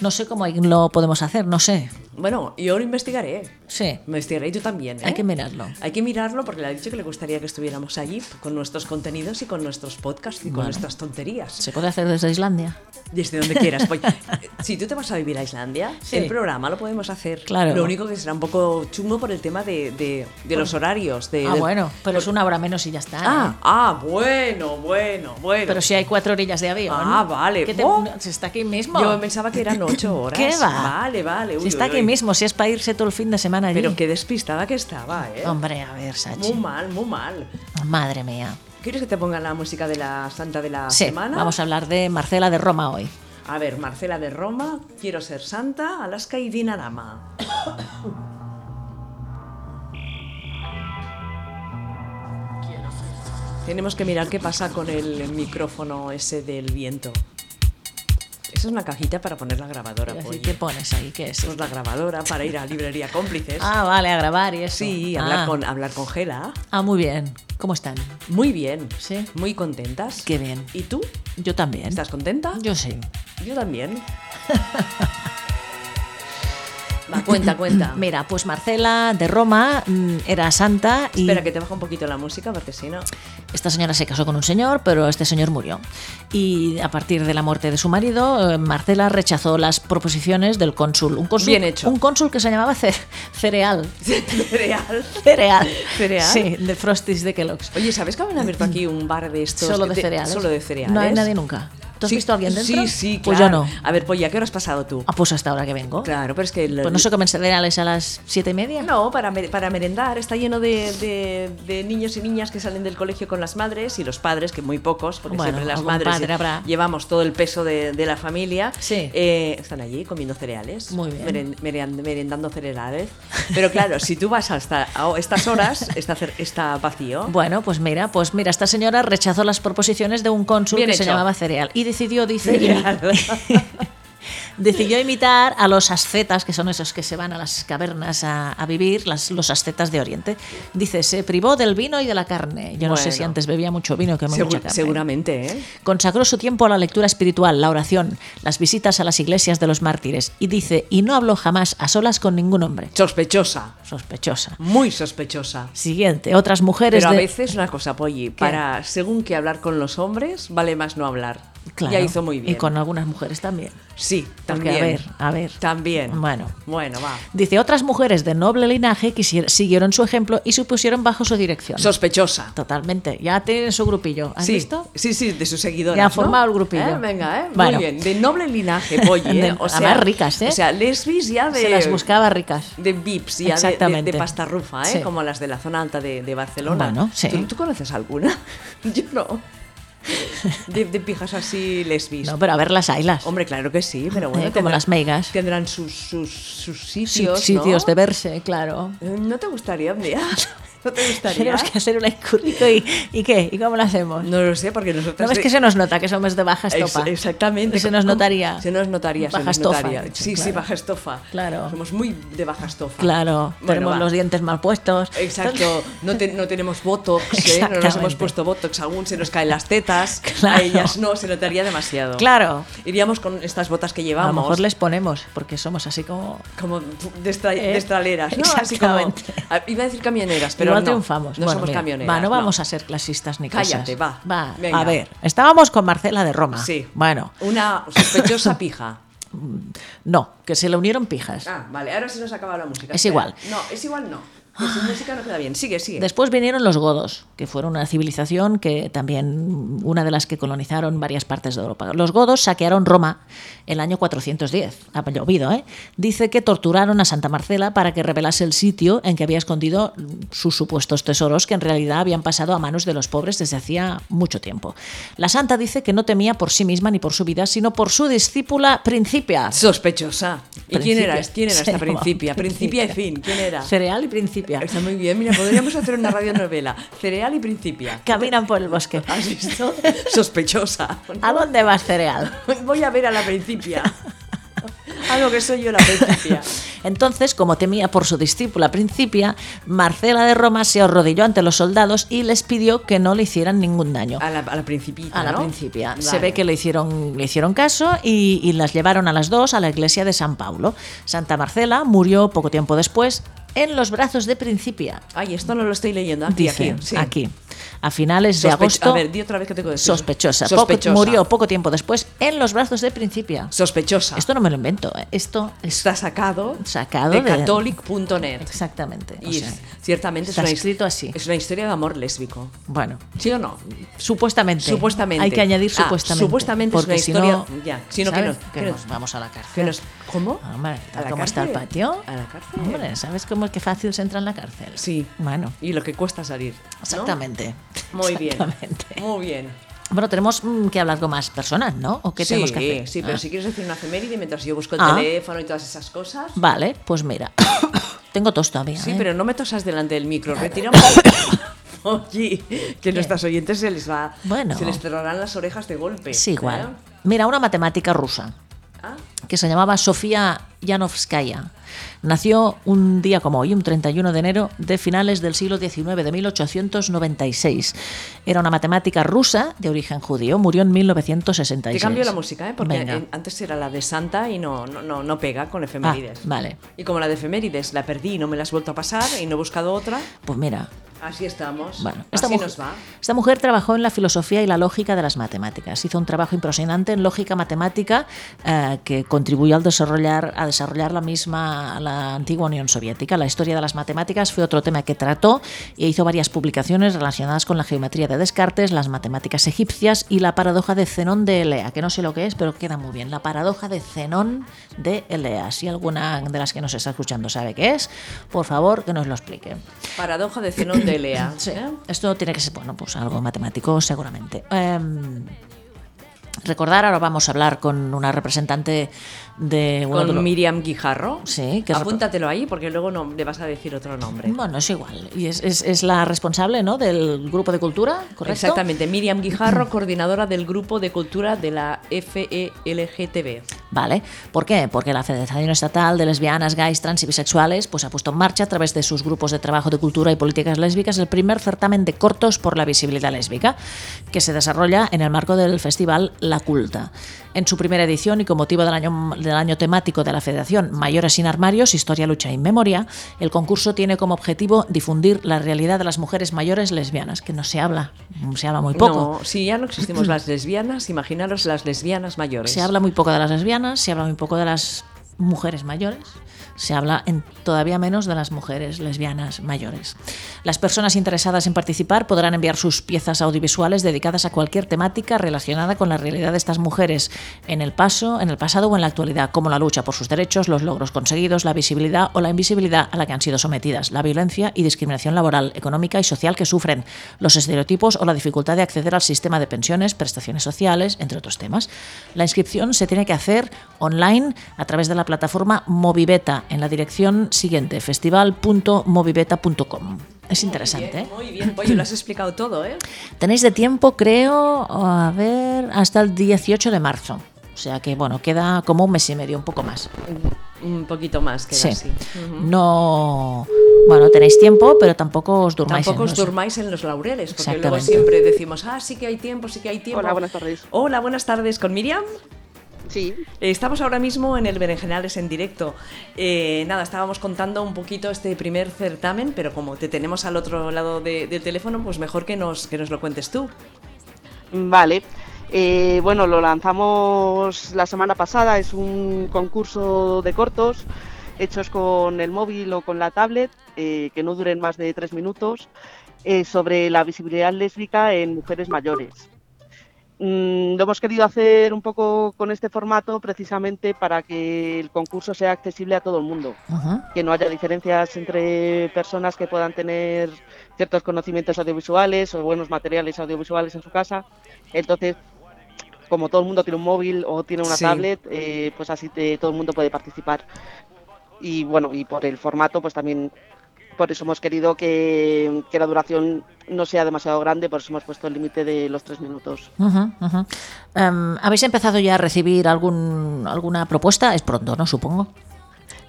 No sé cómo lo podemos hacer, no sé. Bueno, yo lo investigaré. Sí. Investigaré yo también. ¿eh? Hay que mirarlo. Hay que mirarlo porque le ha dicho que le gustaría que estuviéramos allí con nuestros contenidos y con nuestros podcasts y con nuestras tonterías. Se puede hacer desde Islandia. Desde donde quieras. Voy. si tú te vas a vivir a Islandia, Sí. el programa lo podemos hacer. Claro. Lo único que será un poco chungo por el tema de, de- de los horarios. De, Ah, del- bueno, pero es una hora menos y ya está. ¿eh? Ah, ah, bueno, bueno, bueno. Pero si hay cuatro orillas de avión. Ah, vale. ¿Qué te- Oh. no, si está aquí mismo. yo pensaba que eran ocho horas. ¿Qué va? Vale, vale. si uy, está uy, aquí uy. mismo, si es para irse todo el fin de semana allí. Pero qué despistada que estaba, ¿eh? Hombre, a ver, Sachi. Muy mal, muy mal. Madre mía. ¿Quieres que te ponga la música de la Santa de la Sí, Semana? vamos a hablar de Marcela de Roma hoy. A ver, Marcela de Roma, Quiero ser Santa, Alaska y Dinarama. Tenemos que mirar qué pasa con el micrófono ese del viento. Esa es una cajita para poner la grabadora. Así, Polly. ¿Qué pones ahí? ¿Qué es? Pues la grabadora para ir a librería cómplices. Ah, vale, a grabar y eso. sí, Ah. hablar, con, hablar con Gela. Ah, muy bien. ¿Cómo están? Muy bien. Sí. Muy contentas. Qué bien. ¿Y tú? Yo también. ¿Estás contenta? Yo sí. Yo también. Va, cuenta, cuenta. Mira, pues Marcela de Roma mm, era santa y Espera, que te baja un poquito la música, porque si no. esta señora se casó con un señor, pero este señor murió. Y a partir de la muerte de su marido, eh, Marcela rechazó las proposiciones del cónsul. Un cónsul Bien hecho. Un cónsul que se llamaba Ce- Cereal. Real. Cereal. ¿Cereal? Sí, de Frosties de Kellogg's. Oye, ¿sabes que han abierto aquí un bar de estos? Solo de, cereales. cereales. Solo de cereales. No hay nadie nunca. ¿Tú has Sí, visto a alguien dentro? Sí, sí, claro. Pues yo no. A ver, pues ya, ¿qué hora has pasado tú? Ah, pues hasta ahora que vengo. Claro, pero es que. el- Pues no se comen cereales a las siete y media. No, para, mer- para merendar está lleno de, de- de niños y niñas que salen del colegio con las madres y los padres, que muy pocos, porque Bueno, siempre las algún madres padre habrá. llevamos todo el peso de, de la familia. Sí. Eh, están allí comiendo cereales, Muy bien. meren- meren- merendando cereales. Pero claro, si tú vas hasta a estas horas, está, cer- está vacío. Bueno, pues mira, pues mira, esta señora rechazó las proposiciones de un cónsul Bien que se hecho. llamaba Cereal y decidió, dice, Cereal. decidió imitar a los ascetas, que son esos que se van a las cavernas a, a vivir, las- los ascetas de Oriente. Dice, se privó del vino y de la carne. Yo no sé Bueno. si antes bebía mucho vino que mucha Segu- carne. seguramente, ¿eh? Consagró su tiempo a la lectura espiritual, la oración, las visitas a las iglesias de los mártires y dice, y no habló jamás a solas con ningún hombre. Sospechosa, Sospechosa. muy sospechosa. Siguiente, otras mujeres Pero a de- veces una cosa, Polly, para según que hablar con los hombres, vale más no hablar. Claro, Ya hizo muy bien. Y con algunas mujeres también. Sí, Porque, también. a ver, a ver. También. Bueno. Bueno, va. Dice, otras mujeres de noble linaje quisier- siguieron su ejemplo y se pusieron bajo su dirección. Sospechosa. Totalmente, ya tienen su grupillo. ¿Has sí, visto? Sí, sí, de sus seguidores. Ya ha formado el grupillo. grupillo. Venga, ¿eh? Bueno. Muy bien. De noble linaje, Polly. ¿eh? De- o sea, además ricas, ¿eh? O sea, lesbis ya de. Se las buscaba ricas. De VIPs, ya de- de, de, Exactamente. pasta rufa, ¿eh? Sí. como las de la zona alta de, de Barcelona. Bueno, sí. ¿Tú, tú conoces alguna? Yo no. De, de pijas así lesbis. No, pero a ver las ailas. Hombre, claro que sí, pero bueno. Eh, como las meigas. Tendrán sus, sus, sus Sí, sitios. sitios ¿no? de verse, claro. ¿No te gustaría un día? ¿No te gustaría? Tenemos que hacer un currículo y, y qué, y cómo lo hacemos. No pues lo sé, porque nosotros... ¿No ves que se nos nota que somos de baja Ex- estopa? Exactamente. Se nos ¿Cómo? notaría. Se nos notaría. se Baja nos estofa, notaría. de hecho, Sí, sí, claro. baja estofa. Claro. Somos muy de baja estofa. Claro, Bueno, tenemos va. los dientes mal puestos. Exacto, no, te- no tenemos botox, ¿eh? no nos hemos Exactamente. puesto botox aún, se nos caen las tetas, Claro. a ellas no, se notaría demasiado. Claro. Iríamos con estas botas que A llevamos, lo mejor les ponemos, porque somos así como como de, estra- Eh, de estraleras, ¿no? Así como, exactamente. Ah, iba a decir camioneras, pero no, Igual triunfamos. no Bueno, somos mira, camioneras. Va, no vamos a ser clasistas ni cosas. Cállate, va. Va, Venga. a ver. Estábamos con Marcela de Roma. Sí. Bueno, Una sospechosa pija. no, que se le unieron pijas. Ah, vale, ahora se nos acaba la música. Es Espera. igual. No, es igual no. Que Sin música no queda bien. Sigue, sigue. Después vinieron los godos, que fueron una civilización que también una de las que colonizaron varias partes de Europa. Los godos saquearon Roma el año 410, ha llovido, ¿eh? Dice que torturaron a Santa Marcela para que revelase el sitio en que había escondido sus supuestos tesoros que en realidad habían pasado a manos de los pobres desde hacía mucho tiempo. La santa dice que no temía por sí misma ni por su vida, sino por su discípula Principia. Sospechosa. ¿Y quién Principia. era? ¿Quién era Se esta llamaba principia? Principia y Principia. fin. ¿Quién era? Cereal y Principia. Está muy bien, mira, podríamos hacer una radionovela. Cereal y principia. Caminan por el bosque. ¿Has visto? Sospechosa. ¿A dónde vas, Cereal? Voy a ver a la principia. Algo que soy yo la principia. Entonces, como temía por su discípula Principia, Marcela de Roma se arrodilló ante los soldados y les pidió que no le hicieran ningún daño. A la, a la principita, A la ¿no? principia. Se Ah, Vale. ve que le hicieron, le hicieron caso y, y las llevaron a las dos a la iglesia de San Paulo. Santa Marcela murió poco tiempo después en los brazos de Principia. Ay, esto no lo estoy leyendo. Aquí, Dice, Ah, aquí. aquí, sí. A finales Sospecho- de agosto, A ver, di otra vez que tengo que decir. sospechosa. Poco- Sospechosa. murió poco tiempo después en los brazos de Principia. Sospechosa. Esto no me lo invento. eh. Esto es está sacado, Sacado de, de- catholic.net. exactamente. o Y sea, es- ciertamente está es una, his- escrito así. Es una historia de amor lésbico. bueno, ¿Sí o no? supuestamente. Supuestamente. Hay que añadir Ah, supuestamente. supuestamente es porque una si historia- no- ya, si no, que ¿sabes? nos- Que que nos nos- vamos a la cárcel. Que nos- ¿Cómo? Ah, Hombre, ¿A la ¿cómo está el cárcel? patio? A la cárcel. Hombre, ¿sabes cómo qué fácil se entra en la cárcel? Sí. Bueno, Y lo que cuesta salir. ¿no? exactamente. Muy bien. Exactamente. Muy bien. Bueno, tenemos mm, que hablar con más personas, ¿no? ¿O qué sí, tenemos que hacer? sí, Ah. pero si quieres decir una efeméride mientras yo busco el Ah. teléfono y todas esas cosas. Vale, pues mira. Tengo tos todavía. Sí, ¿eh? pero no me tosas delante del micro. Retira un poco. Oye, que nuestras oyentes se les va. Bueno. Se les cerrarán las orejas de golpe. Sí, igual. ¿eh? Mira, una matemática rusa Ah, que se llamaba Sofía Yanovskaya. Nació un día como hoy, un 31 de enero de finales del siglo XIX, de 1896. Era una matemática rusa de origen judío, murió en 1966. Te cambio la música, ¿eh? porque Venga. en- antes era la de Santa y no, no, no, no pega con Ah, efemérides. vale. Y como la de efemérides la perdí y no me la has vuelto a pasar y no he buscado otra, Pues mira, así estamos. Bueno, así esta, mujer, nos va. esta mujer trabajó en la filosofía y la lógica de las matemáticas. Hizo un trabajo impresionante en lógica matemática eh, que contribuyó al desarrollar, a desarrollar la misma la antigua Unión Soviética. La historia de las matemáticas fue otro tema que trató e hizo varias publicaciones relacionadas con la geometría de Descartes, las matemáticas egipcias y la paradoja de Zenón de Elea, que no sé lo que es, pero queda muy bien. La paradoja de Zenón de Elea. Si alguna de las que nos está escuchando sabe qué es, por favor que nos lo explique. Paradoja de Zenón de Elea. Sí, ¿eh? esto tiene que ser, bueno, pues algo matemático seguramente. Eh, recordar, ahora vamos a hablar con una representante de... uno de Con los- Miriam Guijarro. Sí, que es- Apúntatelo ahí porque luego no le vas a decir otro nombre. bueno, es igual. Y es, es- es la responsable, ¿no?, del grupo de cultura, ¿correcto? Exactamente, Miriam Guijarro, coordinadora del Grupo de Cultura de la E FELGTB. ¿Vale? ¿Por qué? Porque la Federación Estatal de Lesbianas, Gays, Trans y Bisexuales pues, ha puesto en marcha a través de sus grupos de trabajo de cultura y políticas lésbicas el primer certamen de cortos por la visibilidad lésbica, que se desarrolla en el marco del festival La Culta. En su primera edición y con motivo del año, del año temático de la Federación Mayores sin Armarios, Historia, Lucha y Memoria, el concurso tiene como objetivo difundir la realidad de las mujeres mayores lesbianas, que no se habla, se habla muy poco. No, si ya no existimos las lesbianas, imaginaros las lesbianas mayores. Se habla muy poco de las lesbianas, se habla muy poco de las mujeres mayores, se habla en todavía menos de las mujeres lesbianas mayores. Las personas interesadas en participar podrán enviar sus piezas audiovisuales dedicadas a cualquier temática relacionada con la realidad de estas mujeres en el paso, en el pasado o en la actualidad, como la lucha por sus derechos, los logros conseguidos, la visibilidad o la invisibilidad a la que han sido sometidas, la violencia y discriminación laboral, económica y social que sufren, los estereotipos o la dificultad de acceder al sistema de pensiones, prestaciones sociales, entre otros temas. La inscripción se tiene que hacer online a través de la plataforma Moviveta en la dirección siguiente, festival.moviveta.com. Es interesante. ¿eh? Muy bien, oye, lo has explicado todo, ¿eh? Tenéis de tiempo, creo, a ver, hasta el 18 de marzo. O sea que, bueno, queda como un mes y medio, un poco más. Un poquito más queda Sí. así. No. Bueno, tenéis tiempo, pero tampoco os durmáis. Tampoco en os los- durmáis en los laureles, porque luego Exactamente. siempre decimos, ah, sí que hay tiempo, sí que hay tiempo. Hola, buenas tardes. Hola, buenas tardes con Miriam. Sí, Eh, Estamos ahora mismo en el Berenjenales en directo. Eh, nada, estábamos contando un poquito este primer certamen, pero como te tenemos al otro lado de- del teléfono, pues mejor que nos, que nos lo cuentes tú. vale. Eh, bueno, lo lanzamos la semana pasada, es un concurso de cortos hechos con el móvil o con la tablet, eh, que no duren más de tres minutos, eh, sobre la visibilidad lésbica en mujeres mayores. Mm, lo hemos querido hacer un poco con este formato precisamente para que el concurso sea accesible a todo el mundo. Ujú. que no haya diferencias entre personas que puedan tener ciertos conocimientos audiovisuales o buenos materiales audiovisuales en su casa. Entonces, como todo el mundo tiene un móvil o tiene una Sí. tablet, eh, pues así te- todo el mundo puede participar. Y bueno, y por el formato, pues también por eso hemos querido que, que la duración no sea demasiado grande, por eso hemos puesto el límite de los tres minutos. Ujú, ujú. Em, ¿Habéis empezado ya a recibir algún, alguna propuesta? Es pronto, ¿no? Supongo.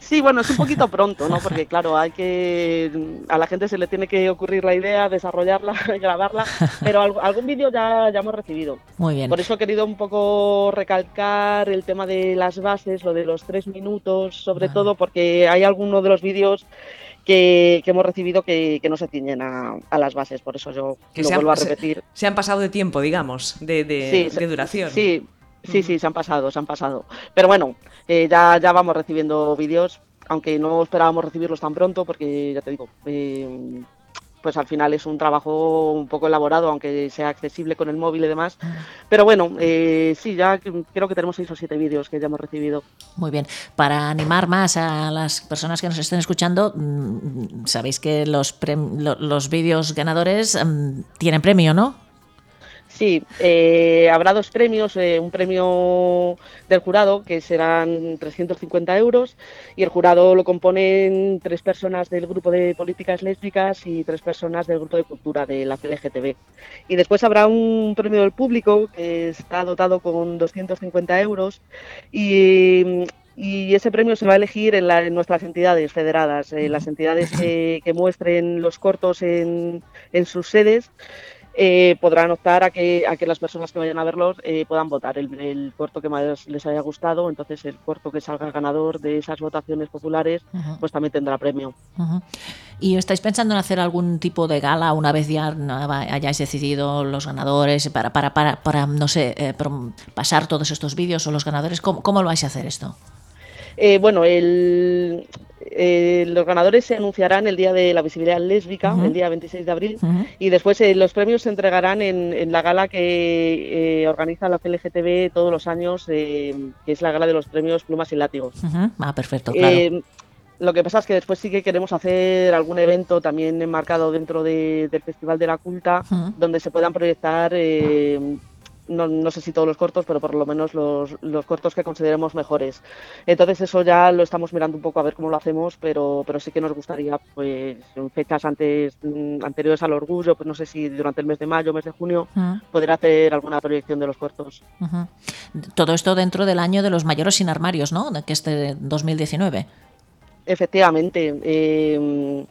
Sí, bueno, es un poquito pronto, ¿no? Porque claro, hay que mm, a la gente se le tiene que ocurrir la idea, desarrollarla, grabarla, pero al- algún vídeo ya, ya hemos recibido. Muy bien. Por eso he querido un poco recalcar el tema de las bases, lo de los tres minutos, sobre Vale. todo porque hay algunos de los vídeos que, que hemos recibido que, que no se tiñen a, a las bases, por eso yo Que lo se han- vuelvo a se- repetir. Se han pasado de tiempo, digamos, de, de- Sí, de se- duración. Sí, sí, sí, se han pasado, se han pasado. Pero bueno, eh, ya, ya vamos recibiendo vídeos, aunque no esperábamos recibirlos tan pronto, porque ya te digo, eh, pues al final es un trabajo un poco elaborado, aunque sea accesible con el móvil y demás. Ah. Pero bueno, eh, sí, ya que- creo que tenemos seis o siete vídeos que ya hemos recibido. Muy bien. Para animar más a las personas que nos estén escuchando, mm, sabéis que los, prem- lo- los vídeos ganadores mm, tienen premio, ¿no? Sí, eh, habrá dos premios, eh, un premio del jurado que serán 350 euros y el jurado lo componen tres personas del grupo de políticas lésbicas y tres personas del grupo de cultura de la LGTB. Y después habrá un premio del público que está dotado con 250 euros y, y ese premio se va a elegir en, la- en nuestras entidades federadas, eh, las entidades que, que muestren los cortos en, en sus sedes eh, podrán optar a que, a que las personas que vayan a verlos eh, puedan votar el, el corto que más les haya gustado. Entonces, el corto que salga ganador de esas votaciones populares, Ujú, pues también tendrá premio. ujú. ¿Y estáis pensando en hacer algún tipo de gala una vez ya nada, hayáis decidido los ganadores para, para, para, para, no sé, eh, prom- pasar todos estos vídeos o los ganadores? ¿Cómo, cómo lo vais a hacer esto? Eh, bueno, el- eh, los ganadores se anunciarán el día de la visibilidad lésbica, Ujú. el día 26 de abril. Ujú. Y después eh, los premios se entregarán en, en la gala que eh, organiza la LGTB todos los años, eh, que es la gala de los premios Plumas y Látigos. Ujú. Ah, perfecto, claro. Eh, lo que pasa es que después sí que queremos hacer algún evento también enmarcado dentro de- del Festival de la Culta, Ujú. donde se puedan proyectar, eh, no, no sé si todos los cortos, pero por lo menos los, los cortos que consideremos mejores. Entonces eso ya lo estamos mirando un poco a ver cómo lo hacemos, pero, pero sí que nos gustaría, pues, en fechas antes, mm, anteriores al orgullo, pues no sé si durante el mes de mayo, mes de junio, Ujú, poder hacer alguna proyección de los cortos. ujú. Todo esto dentro del año de los mayores sin armarios, ¿no? De Que este es de 2019. Efectivamente. eh,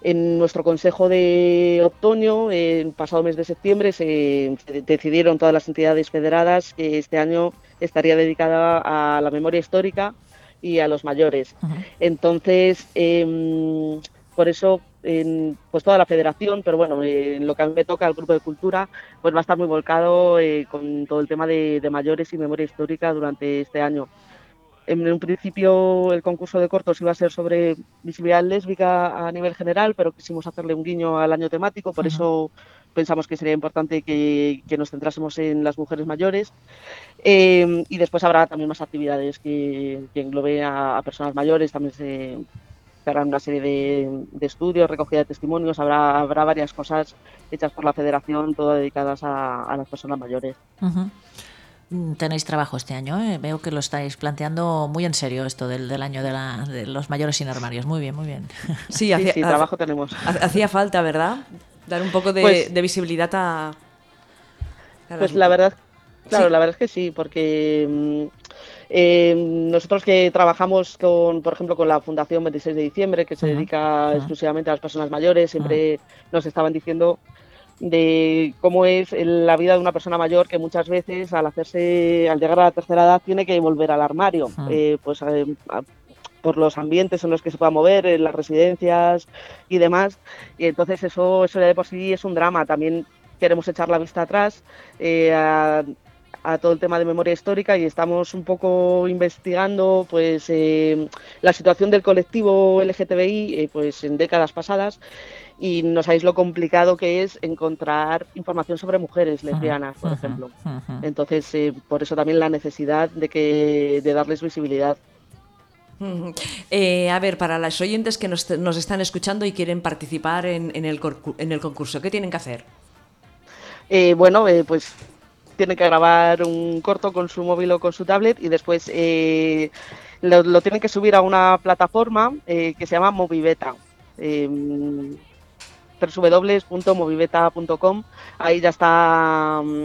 en nuestro consejo de otoño, eh, el pasado mes de septiembre, se, se decidieron todas las entidades federadas que este año estaría dedicada a la memoria histórica y a los mayores. Ujú. Entonces, em, por eso, en- pues toda la federación, pero bueno, eh, en lo que a mí me toca, el grupo de cultura, pues va a estar muy volcado eh, con todo el tema de, de mayores y memoria histórica durante este año. En un principio el concurso de cortos iba a ser sobre visibilidad lésbica a nivel general, pero quisimos hacerle un guiño al año temático, por Ajá. eso pensamos que sería importante que, que nos centrásemos en las mujeres mayores. Eh, y después habrá también más actividades que, que englobe a, a personas mayores, también se se harán una serie de, de estudios, recogida de testimonios, habrá, habrá varias cosas hechas por la federación, todas dedicadas a- a las personas mayores. Ujú. Mm, Tenéis trabajo este año, ¿eh? veo que lo estáis planteando muy en serio esto del, del año de, la- de los mayores sin armarios. Muy bien, muy bien. Sí, Sí, hacía, sí, ha- trabajo tenemos. ha- hacía falta, ¿verdad? Dar un poco de, Pues- de visibilidad a... a Pues las- la verdad, claro, Sí. la verdad es que sí, porque mm, eh, nosotros que trabajamos con, por ejemplo, con la Fundación 26 de diciembre, que se Ujú, dedica ujú. exclusivamente a las personas mayores, siempre nos estaban diciendo de cómo es el- la vida de una persona mayor que muchas veces al hacerse, al llegar a la tercera edad, tiene que volver al armario, Ujú. eh, pues eh, a- por los ambientes en los que se pueda mover, en las residencias y demás. Y entonces eso, eso ya de por sí es un drama. También queremos echar la vista atrás eh, a, a todo el tema de memoria histórica y estamos un poco investigando pues eh, la situación del colectivo LGTBI eh, pues en décadas pasadas y no sabéis lo complicado que es encontrar información sobre mujeres lesbianas, por Ujú, ejemplo. ujú. Entonces, eh, por eso también la necesidad de que de darles visibilidad. Ujú. Mm, Eh, a ver, para las oyentes que nos, nos están escuchando y quieren participar en, en el, corcu- en el concurso, ¿qué tienen que hacer? Eh, bueno, eh, pues tienen que grabar un corto con su móvil o con su tablet y después eh, lo, lo tienen que subir a una plataforma eh, que se llama Moviveta. Eh, www.moviveta.com. Ahí ya está mm,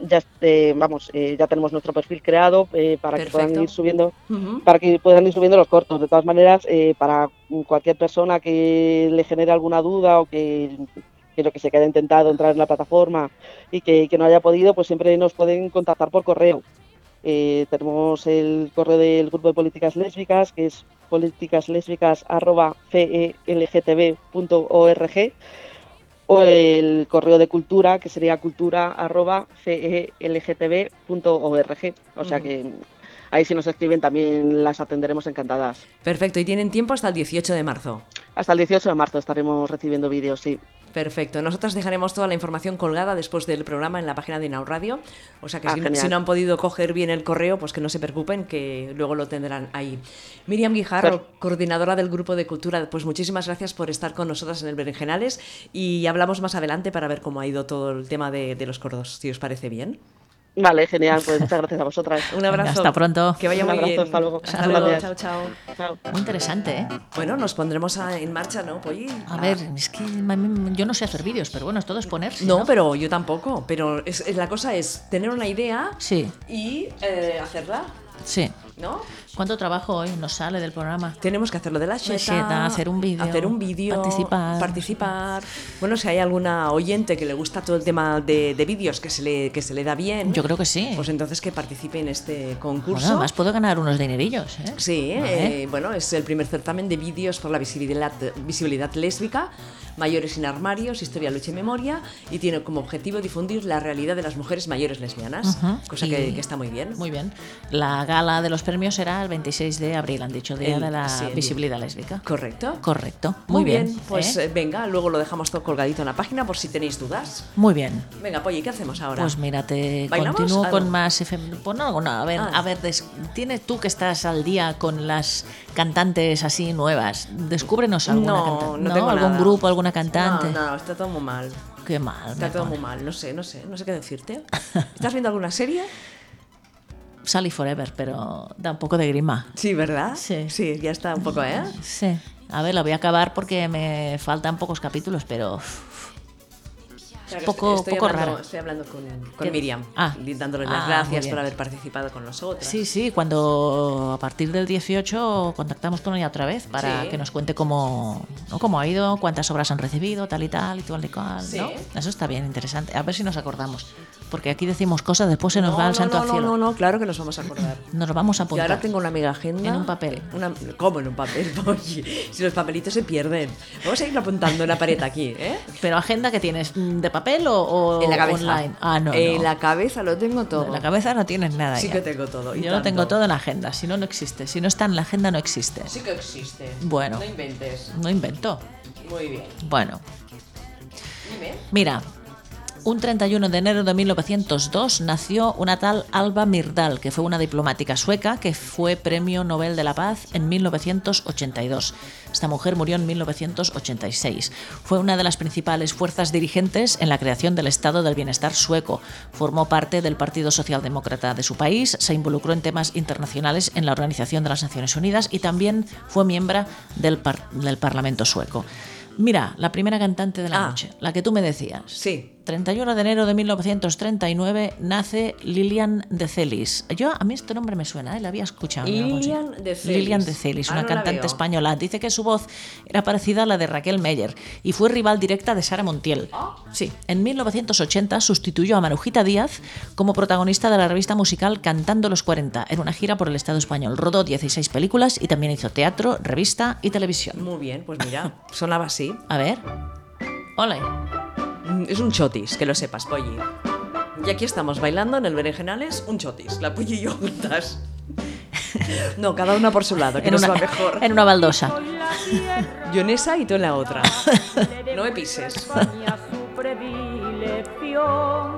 ya eh, vamos, eh, ya tenemos nuestro perfil creado eh, para que puedan Perfecto. ir subiendo, Ujú. para que puedan ir subiendo los cortos. De todas maneras, eh, para cualquier persona que le genere alguna duda o que que lo que se quede intentado entrar en la plataforma y que, que no haya podido, pues siempre nos pueden contactar por correo. Eh, tenemos el correo del grupo de políticas lésbicas, que es e, politicaslésbicas.celgtb.org o el correo de cultura, e, que sería cultura.celgtb.org. O sea que ahí si nos escriben también las atenderemos encantadas. Perfecto, y tienen tiempo hasta el 18 de marzo. Hasta el 18 de marzo estaremos recibiendo vídeos, sí. Perfecto. Nosotros dejaremos toda la información colgada después del programa en la página de Inau Radio. O sea que Ah, si, genial. si no han podido coger bien el correo, pues que no se preocupen, que luego lo tendrán ahí. Miriam Guijarro, coordinadora del Grupo de Cultura, pues muchísimas gracias por estar con nosotras en el Berenjenales y hablamos más adelante para ver cómo ha ido todo el tema de, de los cordos, si os parece bien. Vale, genial, pues muchas gracias a vosotras. Un abrazo. hasta pronto. Que vaya Un muy abrazo, bien. hasta luego. Hasta luego. Gracias. Chao, chao. Chao. Muy interesante, ¿eh? Bueno, nos pondremos a- en marcha, ¿no, Polly? Ah. A ver, es que a mí- yo no sé hacer vídeos, pero bueno, todo es ponerse. No, pero yo tampoco. Pero es- es- la cosa es tener una idea Sí, y eh, hacerla, sí. ¿no? ¿Cuánto trabajo hoy nos sale del programa? Tenemos que hacerlo de la cheta, cheta, hacer un vídeo, hacer un vídeo, participar. participar. Bueno, si hay alguna oyente que le gusta todo el tema de, de vídeos que se le que se le da bien, Yo creo que sí. pues entonces que participe en este concurso. Bueno, además puedo ganar unos dinerillos, ¿eh? Sí, Vale. eh, bueno, es el primer certamen de vídeos por la visibilidad, visibilidad lésbica, mayores sin armarios, historia, lucha y memoria, y tiene como objetivo difundir la realidad de las mujeres mayores lesbianas, Ujú. cosa Y- que, que está muy bien. Muy bien. La gala de los premios será el 26 de abril, han dicho, Día El- de la sí, el día. Visibilidad Lésbica. Correcto. Correcto. Muy, bien. pues ¿eh? eh, venga, luego lo dejamos todo colgadito en la página por si tenéis dudas. Muy bien. Venga, Polly, ¿qué hacemos ahora? Pues mírate, ¿Bailamos? continúo Ah, con no. más FM. Pues no, no, a ver, Ah. a ver des- tienes tú que estás al día con las cantantes así nuevas. Descúbrenos alguna no, cantante. no tengo algún nada. grupo, alguna cantante. No, no, está todo muy mal. Qué mal. Está me todo pone. muy mal, no sé, no sé, no sé qué decirte. ¿Estás viendo alguna serie? Sally Forever, pero da un poco de grima. Sí, ¿verdad? Sí. Sí, ya está un poco, ¿eh? Sí. A ver, la voy a acabar porque me faltan pocos capítulos, pero uf, Claro, poco- estoy poco hablando, raro. Estoy hablando con, con ¿Qué? Miriam, Ah. y dándole las Ah, muy gracias bien. por haber participado con nosotros. Sí, sí, cuando a partir del 18 contactamos con ella otra vez para Sí. que nos cuente cómo, ¿no? cómo ha ido, cuántas obras han recibido, tal y tal, y tal y cual. Sí. ¿no? Eso está bien, interesante. A ver si nos acordamos. Porque aquí decimos cosas, después se nos va al no, santo no, al no, cielo. no, no, claro que nos vamos a acordar. Nos lo vamos a Y apuntar. ahora tengo una amiga agenda. En un papel. Una, ¿Cómo en un papel? Oye, si los papelitos se pierden. Vamos a ir apuntando en la pared aquí, ¿eh? Pero agenda que tienes, mm, ¿de papel o, o en la cabeza. online? Ah, no. En no. la cabeza lo tengo todo. En la cabeza no tienes nada. Sí ya. que tengo todo, y Yo lo tengo tanto. todo en la agenda. Si no, no existe. Si no está en la agenda, no existe. Sí que existe. Bueno. No inventes. No invento. Muy bien. Bueno, Dime. Mira, un 31 de enero de 1902 nació una tal Alba Myrdal, que fue una diplomática sueca que fue Premio Nobel de la Paz en 1982. Esta mujer murió en 1986. Fue una de las principales fuerzas dirigentes en la creación del Estado del Bienestar sueco. Formó parte del Partido Socialdemócrata de su país, se involucró en temas internacionales en la Organización de las Naciones Unidas y también fue miembro del, par- del Parlamento sueco. Mira, la primera cantante de la Ah. noche, la que tú me decías. Sí. 31 de enero de 1939 nace Lilian de Celis. Yo a mí este nombre me suena, ¿eh? la había escuchado. en algún sitio. Lilian de Celis. Lilian de Celis, Ah, una no la cantante veo. española. Dice que su voz era parecida a la de Raquel Meyer y fue rival directa de Sara Montiel. Ah. Sí, en 1980 sustituyó a Marujita Díaz como protagonista de la revista musical Cantando los 40 en una gira por el Estado español. Rodó 16 películas y también hizo teatro, revista y televisión. Muy bien, pues mira, sonaba así. A ver. Hola. Mm, Es un chotis, que lo sepas, Polly. Y aquí estamos bailando en el Berenjenales un chotis, la Polly y yo juntas. No, cada una por su lado, que En nos una, va mejor. en una baldosa. Yo en esa y tú en la otra. No me pises. España su predilección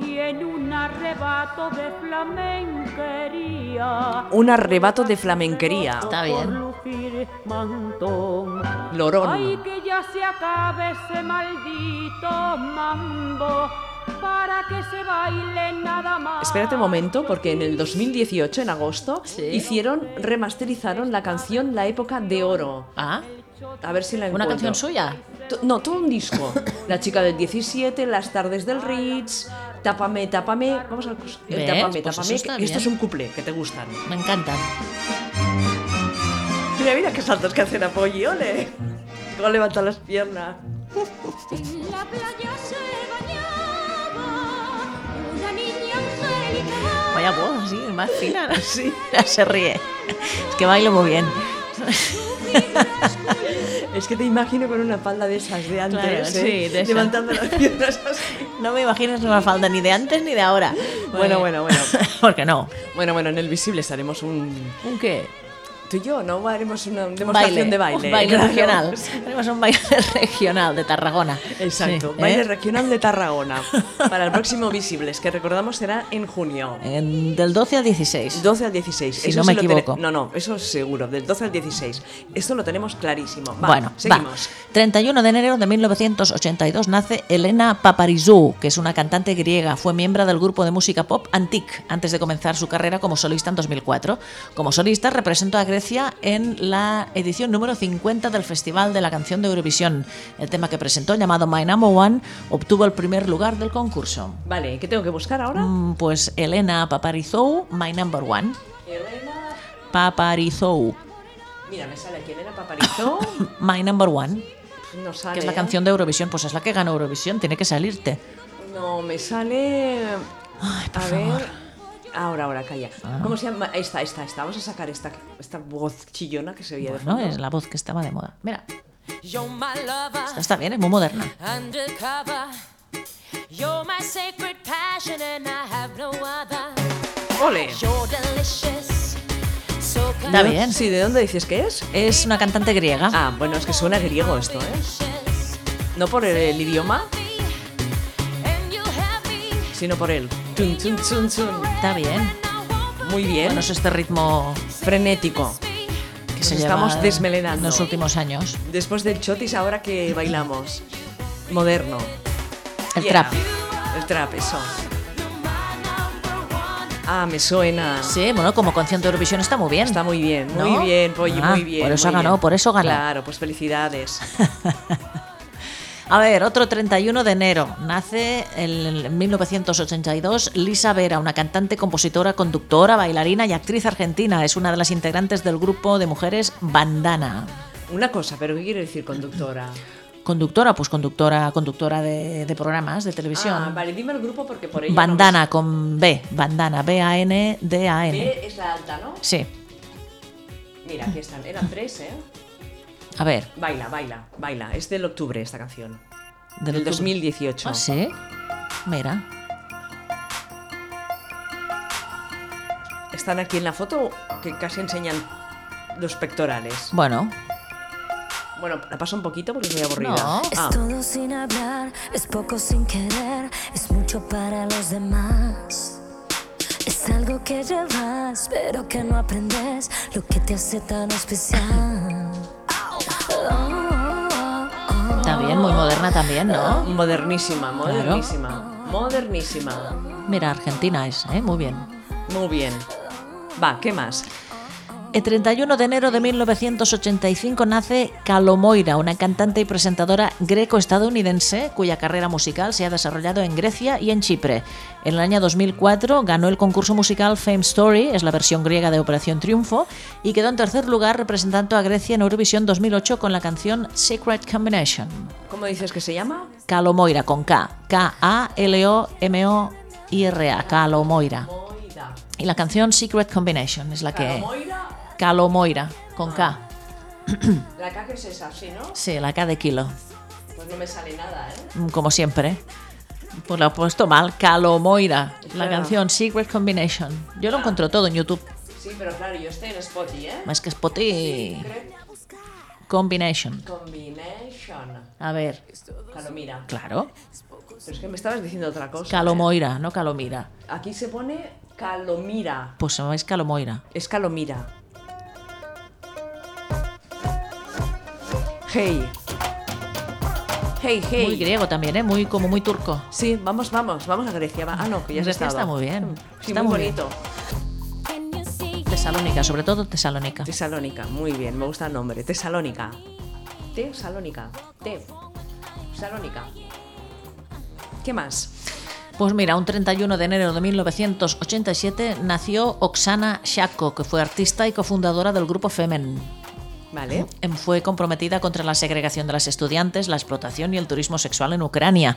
y en un arrebato de flamenquería. Un arrebato de flamenquería. Está bien. Por lucir mantón. Ay, Lorón. que ya se acabe ese maldito mambo para que se baile nada más. Espérate un momento, porque en el 2018, en agosto, hicieron, remasterizaron la canción La Época de Oro. Ah, A ver si la ¿una encuentro. canción suya? To- No, todo un disco. La chica del 17, Las tardes del Ritz, Tápame, tápame. Vamos al curso. ¿Ves? Tápame, Pues eso tápame. está que Esto es bien. un cuplé que te gustan. Me encantan. Mira, mira qué saltos que hacen apoyo, ole. Cómo levantan las piernas. En la playa se bañaba una niña angelical. Vaya voz, así, más fina, así. Se ríe. Es que bailo muy bien. Es que te imagino con una falda de esas de antes, Claro, ¿eh? sí, de esas. levantando las piernas así. No me imaginas una falda ni de antes ni de ahora. Bueno, bueno, bueno. Porque no. Bueno, bueno, en el visible haremos un. ¿Un qué? Tú y yo, ¿no? Haremos una demostración de baile. Un baile Claro. regional. Tenemos un baile regional de Tarragona. Exacto, Sí, ¿eh? baile regional de Tarragona para el próximo Visibles, que recordamos será en junio. En- del 12 al 16. 12 al 16. Si no me sí lo tene- equivoco. No, no, eso es seguro, del 12 al 16. Esto lo tenemos clarísimo. Va, bueno, seguimos. va. 31 de enero de 1982 nace Elena Paparizou, que es una cantante griega. Fue miembro del grupo de música pop Antique antes de comenzar su carrera como solista en 2004. Como solista representó a Grecia en la edición número 50 del Festival de la Canción de Eurovisión. El tema que presentó, llamado My Number One, obtuvo el primer lugar del concurso. Vale, ¿qué tengo que buscar ahora? Mm, Pues Elena Paparizou, My Number One. Elena. Paparizou, Mira, me sale aquí Elena Paparizou. My Number One, No sale. que es la ¿eh? canción de Eurovisión, pues es la que ganó Eurovisión, tiene que salirte. No, me sale. Ay, por a favor. Ah. ver. Ahora, ahora, calla. ¿Cómo se llama? Esta, esta, esta. Vamos a sacar esta, esta voz chillona que se oía de No, fondo. es la voz que estaba de moda. Mira. Esta está bien, es muy moderna. You're my sacred passion and I have no other. ¡Ole! You're delicious. So Está bien. Sí, ¿de dónde dices que es? Es una cantante griega. Ah, bueno, es que suena griego esto, ¿eh? delicious. No por el, el idioma, And you have me. sino por el. Tun, tun, tun, tun. Está bien. And I won't Muy bien. Bueno, es este ritmo frenético. be. que Nos se lleva estamos en desmelenando. los últimos años. Después del chotis, ahora que bailamos. Moderno. El Yeah. trap. El trap, eso. Ah, me suena. Sí, bueno, como canción de Eurovisión está muy bien. Está muy bien, muy ¿No? bien, Polly, Ah, muy bien. por eso muy ganó, bien. por eso ganó. Claro, pues felicidades. A ver, otro 31 de enero. Nace el- en 1982 Lisa Vera, una cantante, compositora, conductora, bailarina y actriz argentina. Es una de las integrantes del grupo de mujeres Bandana. Una cosa, pero ¿qué quiere decir conductora? Conductora, pues conductora, conductora de, de programas de televisión. Ah, vale, dime el grupo porque por ello. no Bandana con B, Bandana, B-A-N-D-A-N. me- B es la alta, ¿no? Sí, Mira, aquí están. Eran tres, ¿eh? a ver. Baila, baila, baila. Es del octubre esta canción. del Del octubre. 2018. Ah, sí. Mira. Están aquí en la foto que casi enseñan los pectorales. Bueno, Bueno, la paso un poquito porque es muy aburrida. No. Ah, Es todo sin hablar, es poco sin querer, es mucho para los demás. Es algo que llevas, pero que no aprendes, lo que te hace tan especial. Oh, oh, oh, oh. está bien, muy moderna también, ¿no? modernísima, modernísima. Modernísima. Mira, Argentina es, ¿eh? muy bien. Muy bien. Va, ¿qué más? El 31 de enero de 1985 nace Calomoira, una cantante y presentadora greco-estadounidense cuya carrera musical se ha desarrollado en Grecia y en Chipre. En el año 2004 ganó el concurso musical Fame Story, es la versión griega de Operación Triunfo, y quedó en tercer lugar representando a Grecia en Eurovisión 2008 con la canción Secret Combination. ¿Cómo dices que se llama? Calomoira con K, K-A-L-O-M-O-I-R-A, Calomoira. Moira. Y la canción Secret Combination es la que... Moira. Calomoira con K. La K que es esa, ¿sí, no? Sí, la K de kilo, Pues no me sale nada, ¿eh? mm, como siempre. Pues lo he puesto mal, Calomoira, la Claro. canción Secret Combination. Yo lo encuentro todo en YouTube, Sí, pero claro, yo estoy en Spotify, ¿eh? más que Spotify. Combination. Combination. A ver, Claro, mira. claro, Pero es que me estabas diciendo otra cosa. Calomoira, no Calomira. Aquí se pone Calomira. Pues no es Calomoira. Es Calomira. Hey. Hey, hey. Muy griego también, ¿eh? Muy, como muy turco. Sí, vamos, vamos, vamos a Grecia. va. Ah, no, que ya has Grecia estado. está muy bien. Sí, Está muy, muy bien. bonito. Can you see? Tesalónica, sobre todo Tesalónica. Tesalónica, muy bien, me gusta el nombre. Tesalónica. Tesalónica. Te. Tesalónica. ¿Qué más? Pues mira, un 31 de enero de 1987 nació Oksana Shako, que fue artista y cofundadora del grupo Femen. Vale. Em- Fue comprometida contra la segregación de las estudiantes, la explotación y el turismo sexual en Ucrania.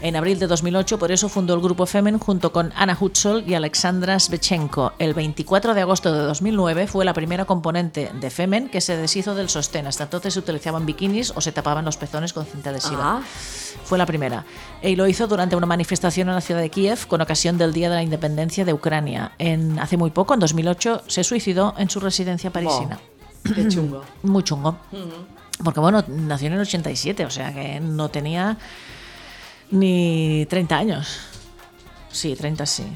En abril de 2008, por eso fundó el grupo Femen junto con Ana Hutzol y Alexandra Svechenko. El 24 de agosto de 2009 fue la primera componente de Femen que se deshizo del sostén. Hasta entonces se utilizaban bikinis o se tapaban los pezones con cinta Ah. adhesiva. Fue la primera. Y lo hizo durante una manifestación en la ciudad de Kiev con ocasión del Día de la Independencia de Ucrania. En, hace muy poco, en 2008, se suicidó en su residencia parisina. Qué chungo. Muy chungo. Porque bueno, nació en el 87, o sea que no tenía ni 30 años. Sí, 30 sí.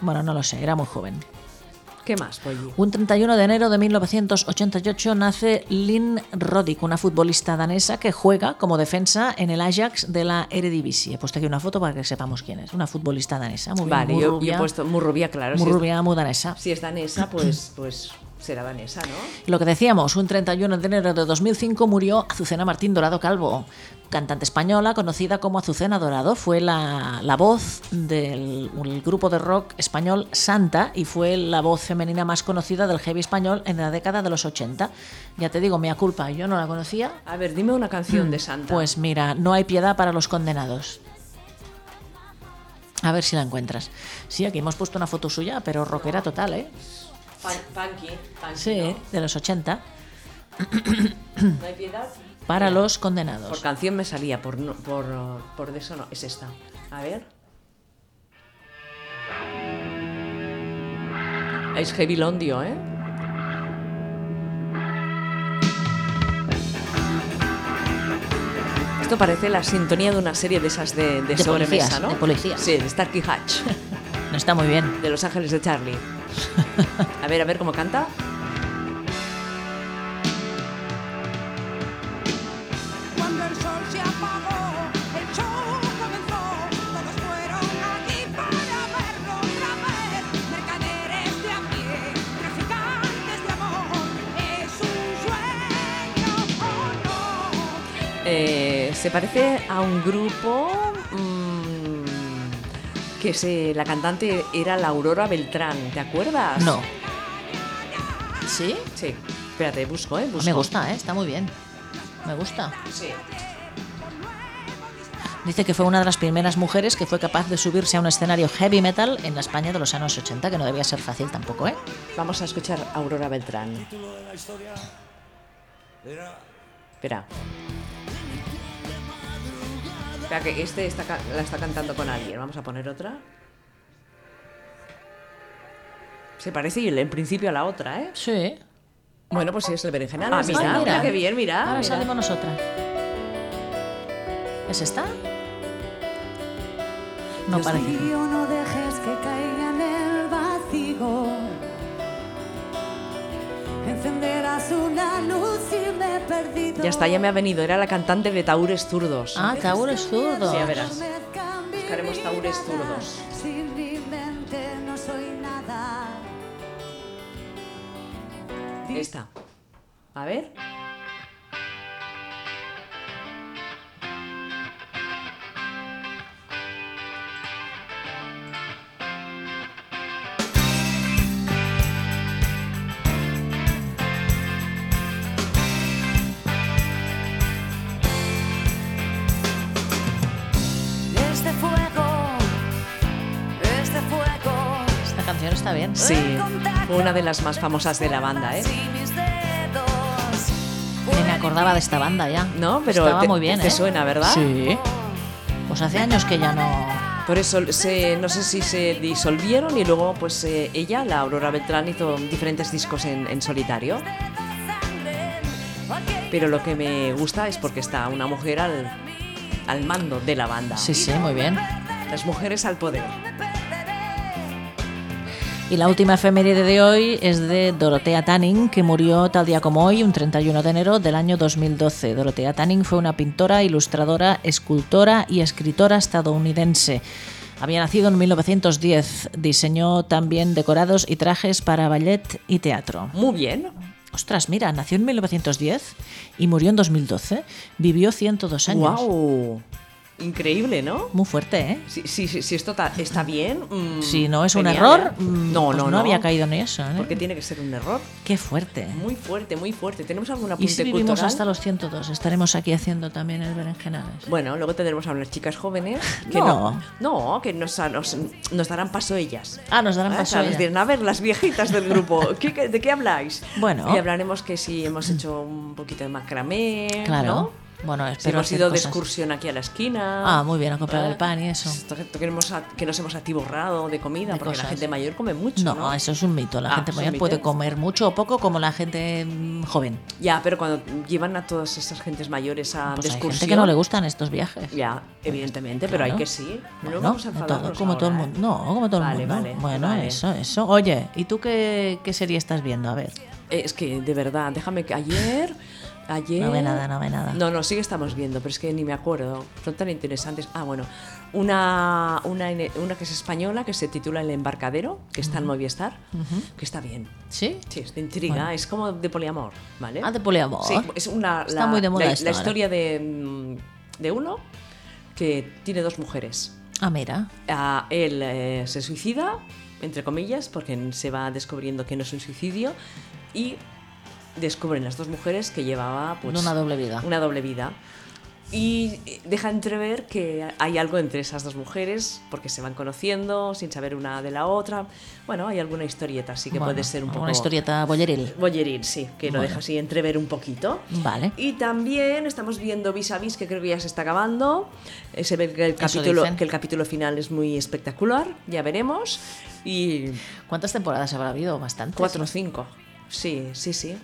Bueno, no lo sé, era muy joven. ¿Qué más, Pues, Polly? Un 31 de enero de 1988 nace Lynn Roddick, una futbolista danesa que juega como defensa en el Ajax de la Eredivisie. He puesto aquí una foto para que sepamos quién es. Una futbolista danesa, muy, bien, Vale, muy yo, yo rubia, he puesto muy rubia, claro. muy si, rubia, muy danesa. Es, si es danesa, pues, pues será danesa, ¿no? Lo que decíamos, un 31 de enero de 2005 murió Azucena Martín Dorado Calvo, cantante española conocida como Azucena Dorado. Fue la, la voz del el grupo de rock español Santa y fue la voz femenina más conocida del heavy español en la década de los 80. Ya te digo, mea culpa, yo no la conocía. A ver, dime una canción de Santa. Pues mira, no hay piedad para los condenados. A ver si la encuentras. Sí, aquí hemos puesto una foto suya, pero rockera total, ¿eh? Pan- Punky, punky, Sí, ¿no? de los 80. ¿No hay piedad? Para los Por condenados. canción me salía, por, no- por, eh, por de eso no. Es esta. A ver. Es heavy londio, ¿eh? Esto parece la sintonía de una serie de esas de, de, De sobremesa, policías, ¿no? de policías. Sí, de Starkey Hatch, No está muy bien. de Los Ángeles de Charlie. A ver, a ver cómo canta. Cuando el sol se apagó, el show comenzó. Todos fueron aquí para verlo otra vez. Mercaderes de a pie, traficantes de amor. Es un sueño, oh no. Eh, se parece a un grupo mm, que se, la cantante era la Aurora Beltrán, ¿te acuerdas? No. ¿Sí? Sí, espérate, busco, ¿eh? Busco. Me gusta, ¿eh? está muy bien. Me gusta. Sí. Dice que fue una de las primeras mujeres que fue capaz de subirse a un escenario heavy metal en la España de los años 80, que no debía ser fácil tampoco, ¿eh? Vamos a escuchar a Aurora Beltrán. Espera. Espera, que este está, ca- la está cantando con alguien. Vamos a poner otra. Se parece en principio a la otra, ¿eh? Sí. Bueno, pues sí, es el berenjenal. Ah, es mira, esta. mira. mira qué bien, mira. Ahora Ah, mira. salimos nosotras. ¿Es esta? No parece. mío, no dejes que caiga en el vacío. Encenderás una luz y me he perdido. Ya está, ya me ha venido. Era la cantante de Taúres Zurdos. Ah, Tauro es zurdo. Sí, a verás. Mezclan mi Buscaremos taures mirada. zurdos. Sin mi mente no soy nada. Esta. A ver. Este fuego, este fuego. Esta canción está bien. Sí, fue una de las más famosas de la banda, Y ¿eh? mis dedos. Ni me acordaba de esta banda ya. No, pero Estaba te, muy bien, te ¿eh? suena, ¿verdad? Sí. Pues hace años que ya no. Por eso se, no sé si se disolvieron y luego pues eh, ella, la Aurora Beltrán, hizo diferentes discos en, en solitario. Pero lo que me gusta es porque está una mujer al, al mando de la banda. Sí, sí, muy bien. Las mujeres al poder. Y la última efeméride de hoy es de Dorotea Tanning, que murió tal día como hoy, un 31 de enero del año 2012. Dorotea Tanning fue una pintora, ilustradora, escultora y escritora estadounidense. Había nacido en 1910. Diseñó también decorados y trajes para ballet y teatro. Muy bien. Ostras, mira, nació en 1910 y murió en 2012. Vivió 102 años. ¡Guau! Increíble, ¿no? Muy fuerte, ¿eh? Si, si, si- si esto ta- está bien. mm, Si no es un genial, error, ¿eh? mm, No, pues no, no. había caído en eso. ¿eh? Porque tiene que ser un error. Qué fuerte. ¿eh? Muy fuerte, muy fuerte. ¿Tenemos algún apunte Y si vivimos cultural? hasta los 102, estaremos aquí haciendo también el berenjenales. Bueno, luego tendremos a unas chicas jóvenes Que no. No, que nos, a- nos, nos darán paso ellas. Ah, nos darán Ah, paso. claro, ya. nos dirán, a ver, las viejitas del grupo, ¿qué- qué- ¿de qué habláis? Bueno. Y hablaremos que si hemos hecho un poquito de macramé, Claro. ¿no? Bueno, Si espero hemos hacer ido de cosas. excursión aquí a la esquina. Ah, muy bien, a comprar Ah, el pan y eso. esto que- que hemos at- que nos hemos atiborrado de comida, De porque la cosas. gente mayor come mucho, No, ¿no? eso es un mito. La Ah, gente es un mayor mito. puede comer mucho o poco como la gente mm, joven. Ya, pero cuando llevan a todas esas gentes mayores a Pues Ah, de hay excursión... gente que no le gustan estos viajes. Ya, evidentemente, pero Claro. hay que sí. No Bueno, vamos a no enfadarnos todo, como ahora, todo el ¿eh? mundo. No, como todo Vale, el mundo. vale, bueno, vale. eso, eso. Oye, ¿y tú qué, qué serie estás viendo? A ver. Eh, Es que, de verdad, déjame que ayer... Ayer... No ve nada, no ve nada. No, no, sí que estamos viendo, pero es que ni me acuerdo. Son tan interesantes. Ah, bueno. Una, una, en- una que es española, que se titula El Embarcadero, que está en Movistar, que está bien. ¿Sí? Sí, es de intriga, es como de poliamor, ¿vale? Ah, de poliamor. Sí, pues, es una, Está la, muy de moda la- esto la ahora. historia de, mm, de uno que tiene dos mujeres. Ah, mira. Ah, él eh, se suicida, entre comillas, porque se va descubriendo que no es un suicidio, y descubren las dos mujeres que llevaba pues, Una doble vida. una doble vida. Y eh, deja entrever que hay algo entre esas dos mujeres, porque se van conociendo sin saber una de la otra. Bueno, hay alguna historieta, así que Bueno, puede ser un poco... Una historieta bolleril. Bollerín, sí, que lo Bueno. deja así entrever un poquito. Vale. Y también estamos viendo Vis a Vis, que creo que ya se está acabando. Eh, se ve que el, Eso capítulo, dicen. que el capítulo final es muy espectacular, ya veremos. Y ¿Cuántas temporadas habrá habido? Bastantes. cuatro o ¿no? cinco. Sí, sí, sí.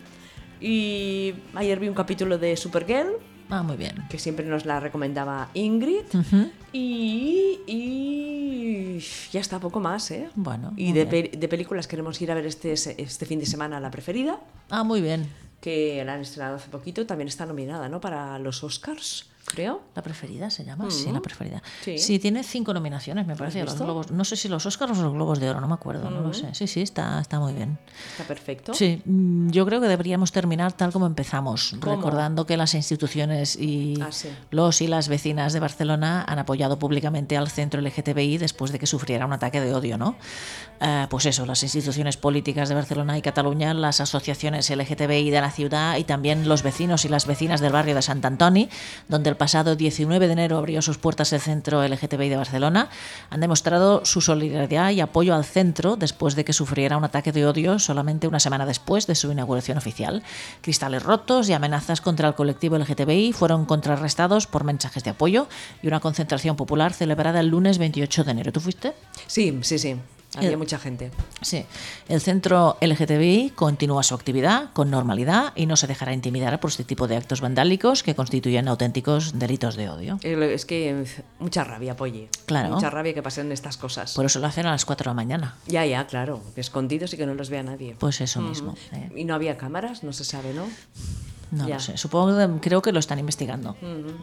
Y ayer vi un capítulo de Supergirl, Ah, muy bien. que siempre nos la recomendaba Ingrid. Mm. y, y ya está, poco más, ¿eh? Bueno, Y muy de, bien. pe- de películas queremos ir a ver este, se- este fin de semana la preferida Ah, muy bien. que la han estrenado hace poquito, también está nominada, ¿no? Para los Oscars, creo. La preferida se llama, sí, la preferida. Sí. Mm. Sí. tiene cinco nominaciones, me parece, a los visto? Mm. globos. No sé si los Oscars o los globos de oro, no me acuerdo, no lo sé. Sí, sí, está, está muy bien. Está perfecto. Sí, mm, yo creo que deberíamos terminar tal como empezamos, recordando que las instituciones y Ah, sí. los y las vecinas de Barcelona han apoyado públicamente al centro LGTBI después de que sufriera un ataque de odio, ¿no? Eh, pues eso, las instituciones políticas de Barcelona y Cataluña, las asociaciones LGTBI de la ciudad y también los vecinos y las vecinas del barrio de Sant Antoni, donde el pasado 19 de enero abrió sus puertas el centro LGTBI de Barcelona, han demostrado su solidaridad y apoyo al centro después de que sufriera un ataque de odio solamente una semana después de su inauguración oficial. Cristales rotos y amenazas contra el colectivo LGTBI fueron contrarrestados por mensajes de apoyo y una concentración popular celebrada el lunes 28 de enero. ¿Tú fuiste? Sí, sí, sí. Había Eh, mucha gente. Sí, el centro LGTBI continúa su actividad con normalidad y no se dejará intimidar por este tipo de actos vandálicos que constituyen auténticos delitos de odio. Eh, lo- Es que eh, mucha rabia, Polly. Claro. Mucha rabia que pasen estas cosas. Por eso lo hacen a las 4 de la mañana. Ya, ya, claro. Escondidos y que no los vea nadie. Pues eso mismo. ¿eh? Y no había cámaras, no se sabe, ¿no? No Ya. Mm-hmm. lo sé. Supongo que mm, creo que lo están investigando.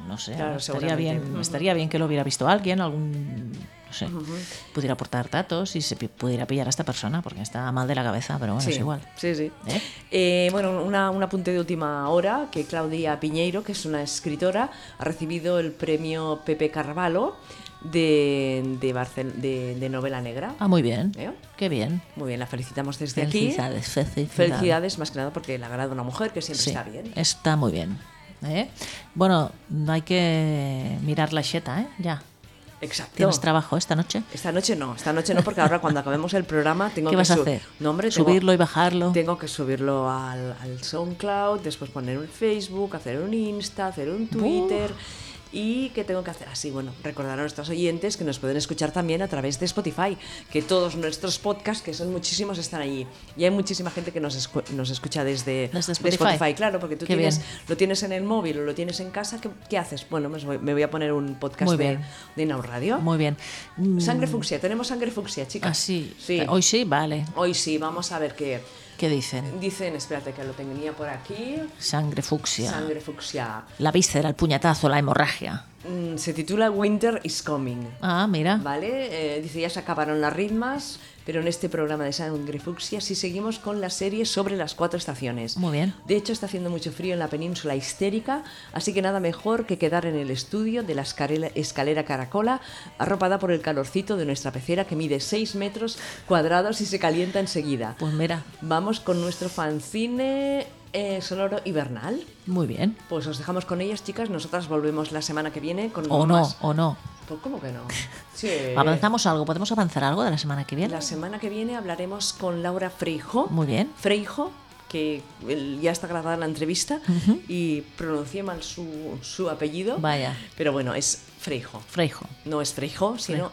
No sé. Claro, estaría bien, seguramente. Mm-hmm. Ujú. estaría bien que lo hubiera visto alguien, algún no sé, Mm-hmm. pudiera aportar datos y se pi- pudiera pillar a esta persona porque está mal de la cabeza, pero bueno, sí, es igual. Sí, sí. ¿Eh? Eh, bueno, una- un apunte de última hora, que Claudia Piñeiro, que es una escritora, ha recibido el premio Pepe Carvalho de, de, Barcel- de- de novela negra. Ah, muy bien. ¿Eh? Qué bien. Muy bien, la felicitamos desde Felicidades, aquí. felicidades. Felicidades, más que nada porque la agrada a una mujer, que siempre Sí, está bien. Está muy bien. ¿eh? Bueno, no hay que mirar la xeta, ¿eh? Ya. Exacto. ¿Tienes trabajo esta noche? Esta noche no, esta noche no, porque ahora cuando acabemos el programa tengo ¿Qué que vas a su- hacer? No, hombre, tengo- ¿Subirlo y bajarlo? Tengo que subirlo al, al SoundCloud, después poner un Facebook, hacer un Insta, hacer un Twitter. ¿Y qué tengo que hacer? Así, bueno, recordar a nuestros oyentes que nos pueden escuchar también a través de Spotify, que todos nuestros podcasts, que son muchísimos, están allí. Y hay muchísima gente que nos, escu- nos escucha desde, Desde de Spotify. claro, porque tú Qué tienes, bien. lo tienes en el móvil o lo tienes en casa, ¿qué, qué haces? Bueno, pues voy- me voy a poner un podcast Muy de, bien. de Now Radio. Muy bien. Mm, Sangre fucsia, tenemos sangre fucsia, chicas. ah, sí. Sí. Hoy sí, vale. Hoy sí, vamos a ver qué ¿Qué dicen? dicen. Espérate que lo tenía por aquí. Sangre fucsia. Sangre fucsia. La víscera, el puñetazo, la hemorragia. Mm, Se titula Winter is Coming. Ah, mira. ¿Vale? Eh, dice, ya se acabaron las ritmas, pero en este programa de Sangre Fucsia sí seguimos con la serie sobre las cuatro estaciones. Muy bien. De hecho, está haciendo mucho frío en la península histérica, así que nada mejor que quedar en el estudio de la escarela- escalera caracola, arropada por el calorcito de nuestra pecera que mide 6 metros cuadrados y se calienta enseguida. Pues mira, Vamos con nuestro fanzine eh, sonoro hibernal. muy bien. Pues os dejamos con ellas, chicas. Nosotras volvemos la semana que viene con O no, más. o no. Pues, ¿Cómo que no? Sí. ¿Avanzamos algo? ¿Podemos avanzar algo de la semana que viene? La semana que viene hablaremos con Laura Freijo. Muy bien. Freijo, que el- ya está grabada la entrevista y pronuncié mal su, su apellido. Vaya. Pero bueno, es Freijo. Freijo. No es Freijo, sino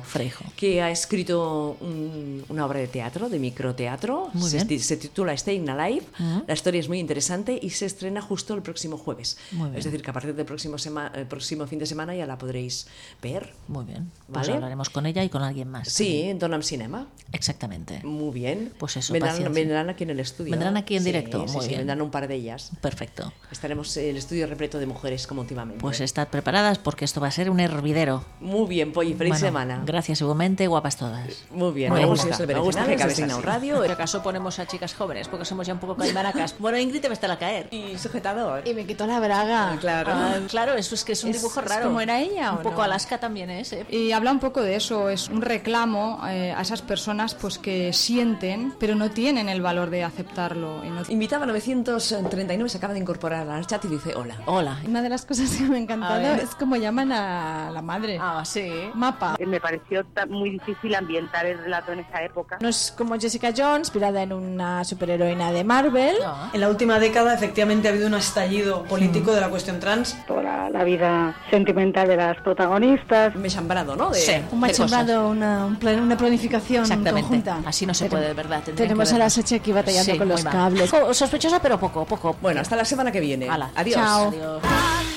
Freijo. Freijo. Que ha escrito un- una obra de teatro, de microteatro. Muy se, bien. esti- se titula Staying Alive. Ujú. La historia es muy interesante y se estrena justo el próximo jueves. Muy bien. Es decir, que a partir del próximo, sema- el próximo fin de semana ya la podréis ver. Muy bien. Pues Vale. hablaremos con ella y con alguien más. Sí, en Donham Cinema. Exactamente. Muy bien. Pues eso, vendrán, paciencia. vendrán aquí en el estudio. Vendrán aquí en Sí, directo, sí, muy sí, bien. vendrán un par de ellas. Perfecto. Estaremos en el estudio repleto de mujeres como últimamente. Pues estad preparadas porque esto va a ser un hervidero. Muy bien, Polly, feliz Bueno, pues semana. Gracias igualmente, guapas todas. Muy bien, Me me gusta, gusta, me me gusta gusta que que cabeza Cabecina así. Radio Por si acaso este ponemos a chicas jóvenes, porque somos ya un poco caimaracas. Bueno, Ingrid te va a estar a caer. y sujetador. Y me quitó la braga. Claro. Ah, claro, eso es que es un Es- dibujo es raro. como era ella, Un ¿o poco no? Alaska también es, ¿eh? Y habla un poco de eso, es un reclamo eh, a esas personas pues que sienten, pero no tienen el valor de aceptarlo. y no- Invitaba a 939, se acaba de incorporar al chat y dice hola. Hola. Una de las cosas que me ha A encantado ver. es como llaman a la madre. Ah, sí. Mapa. Eh, Me pareció ta- muy difícil ambientar el relato en esa época. No es como Jessica Jones, inspirada en una superheroína de Marvel. No. En la última década, efectivamente, ha habido un estallido Mm. político de la cuestión trans. Toda la vida sentimental de las protagonistas. Me he chambrado, ¿no? De- Sí. Un Qué cosas. machembrado, una, un plan- una planificación Exactamente. conjunta. Así no se puede, de verdad. Tendrían Tenemos que a la vernos. Sachi aquí batallando Sí, con los muy mal. cables. Jo- Sospechosa, pero poco, poco. Bueno, hasta la semana que viene. Hala. Adiós. Chao. Adiós. I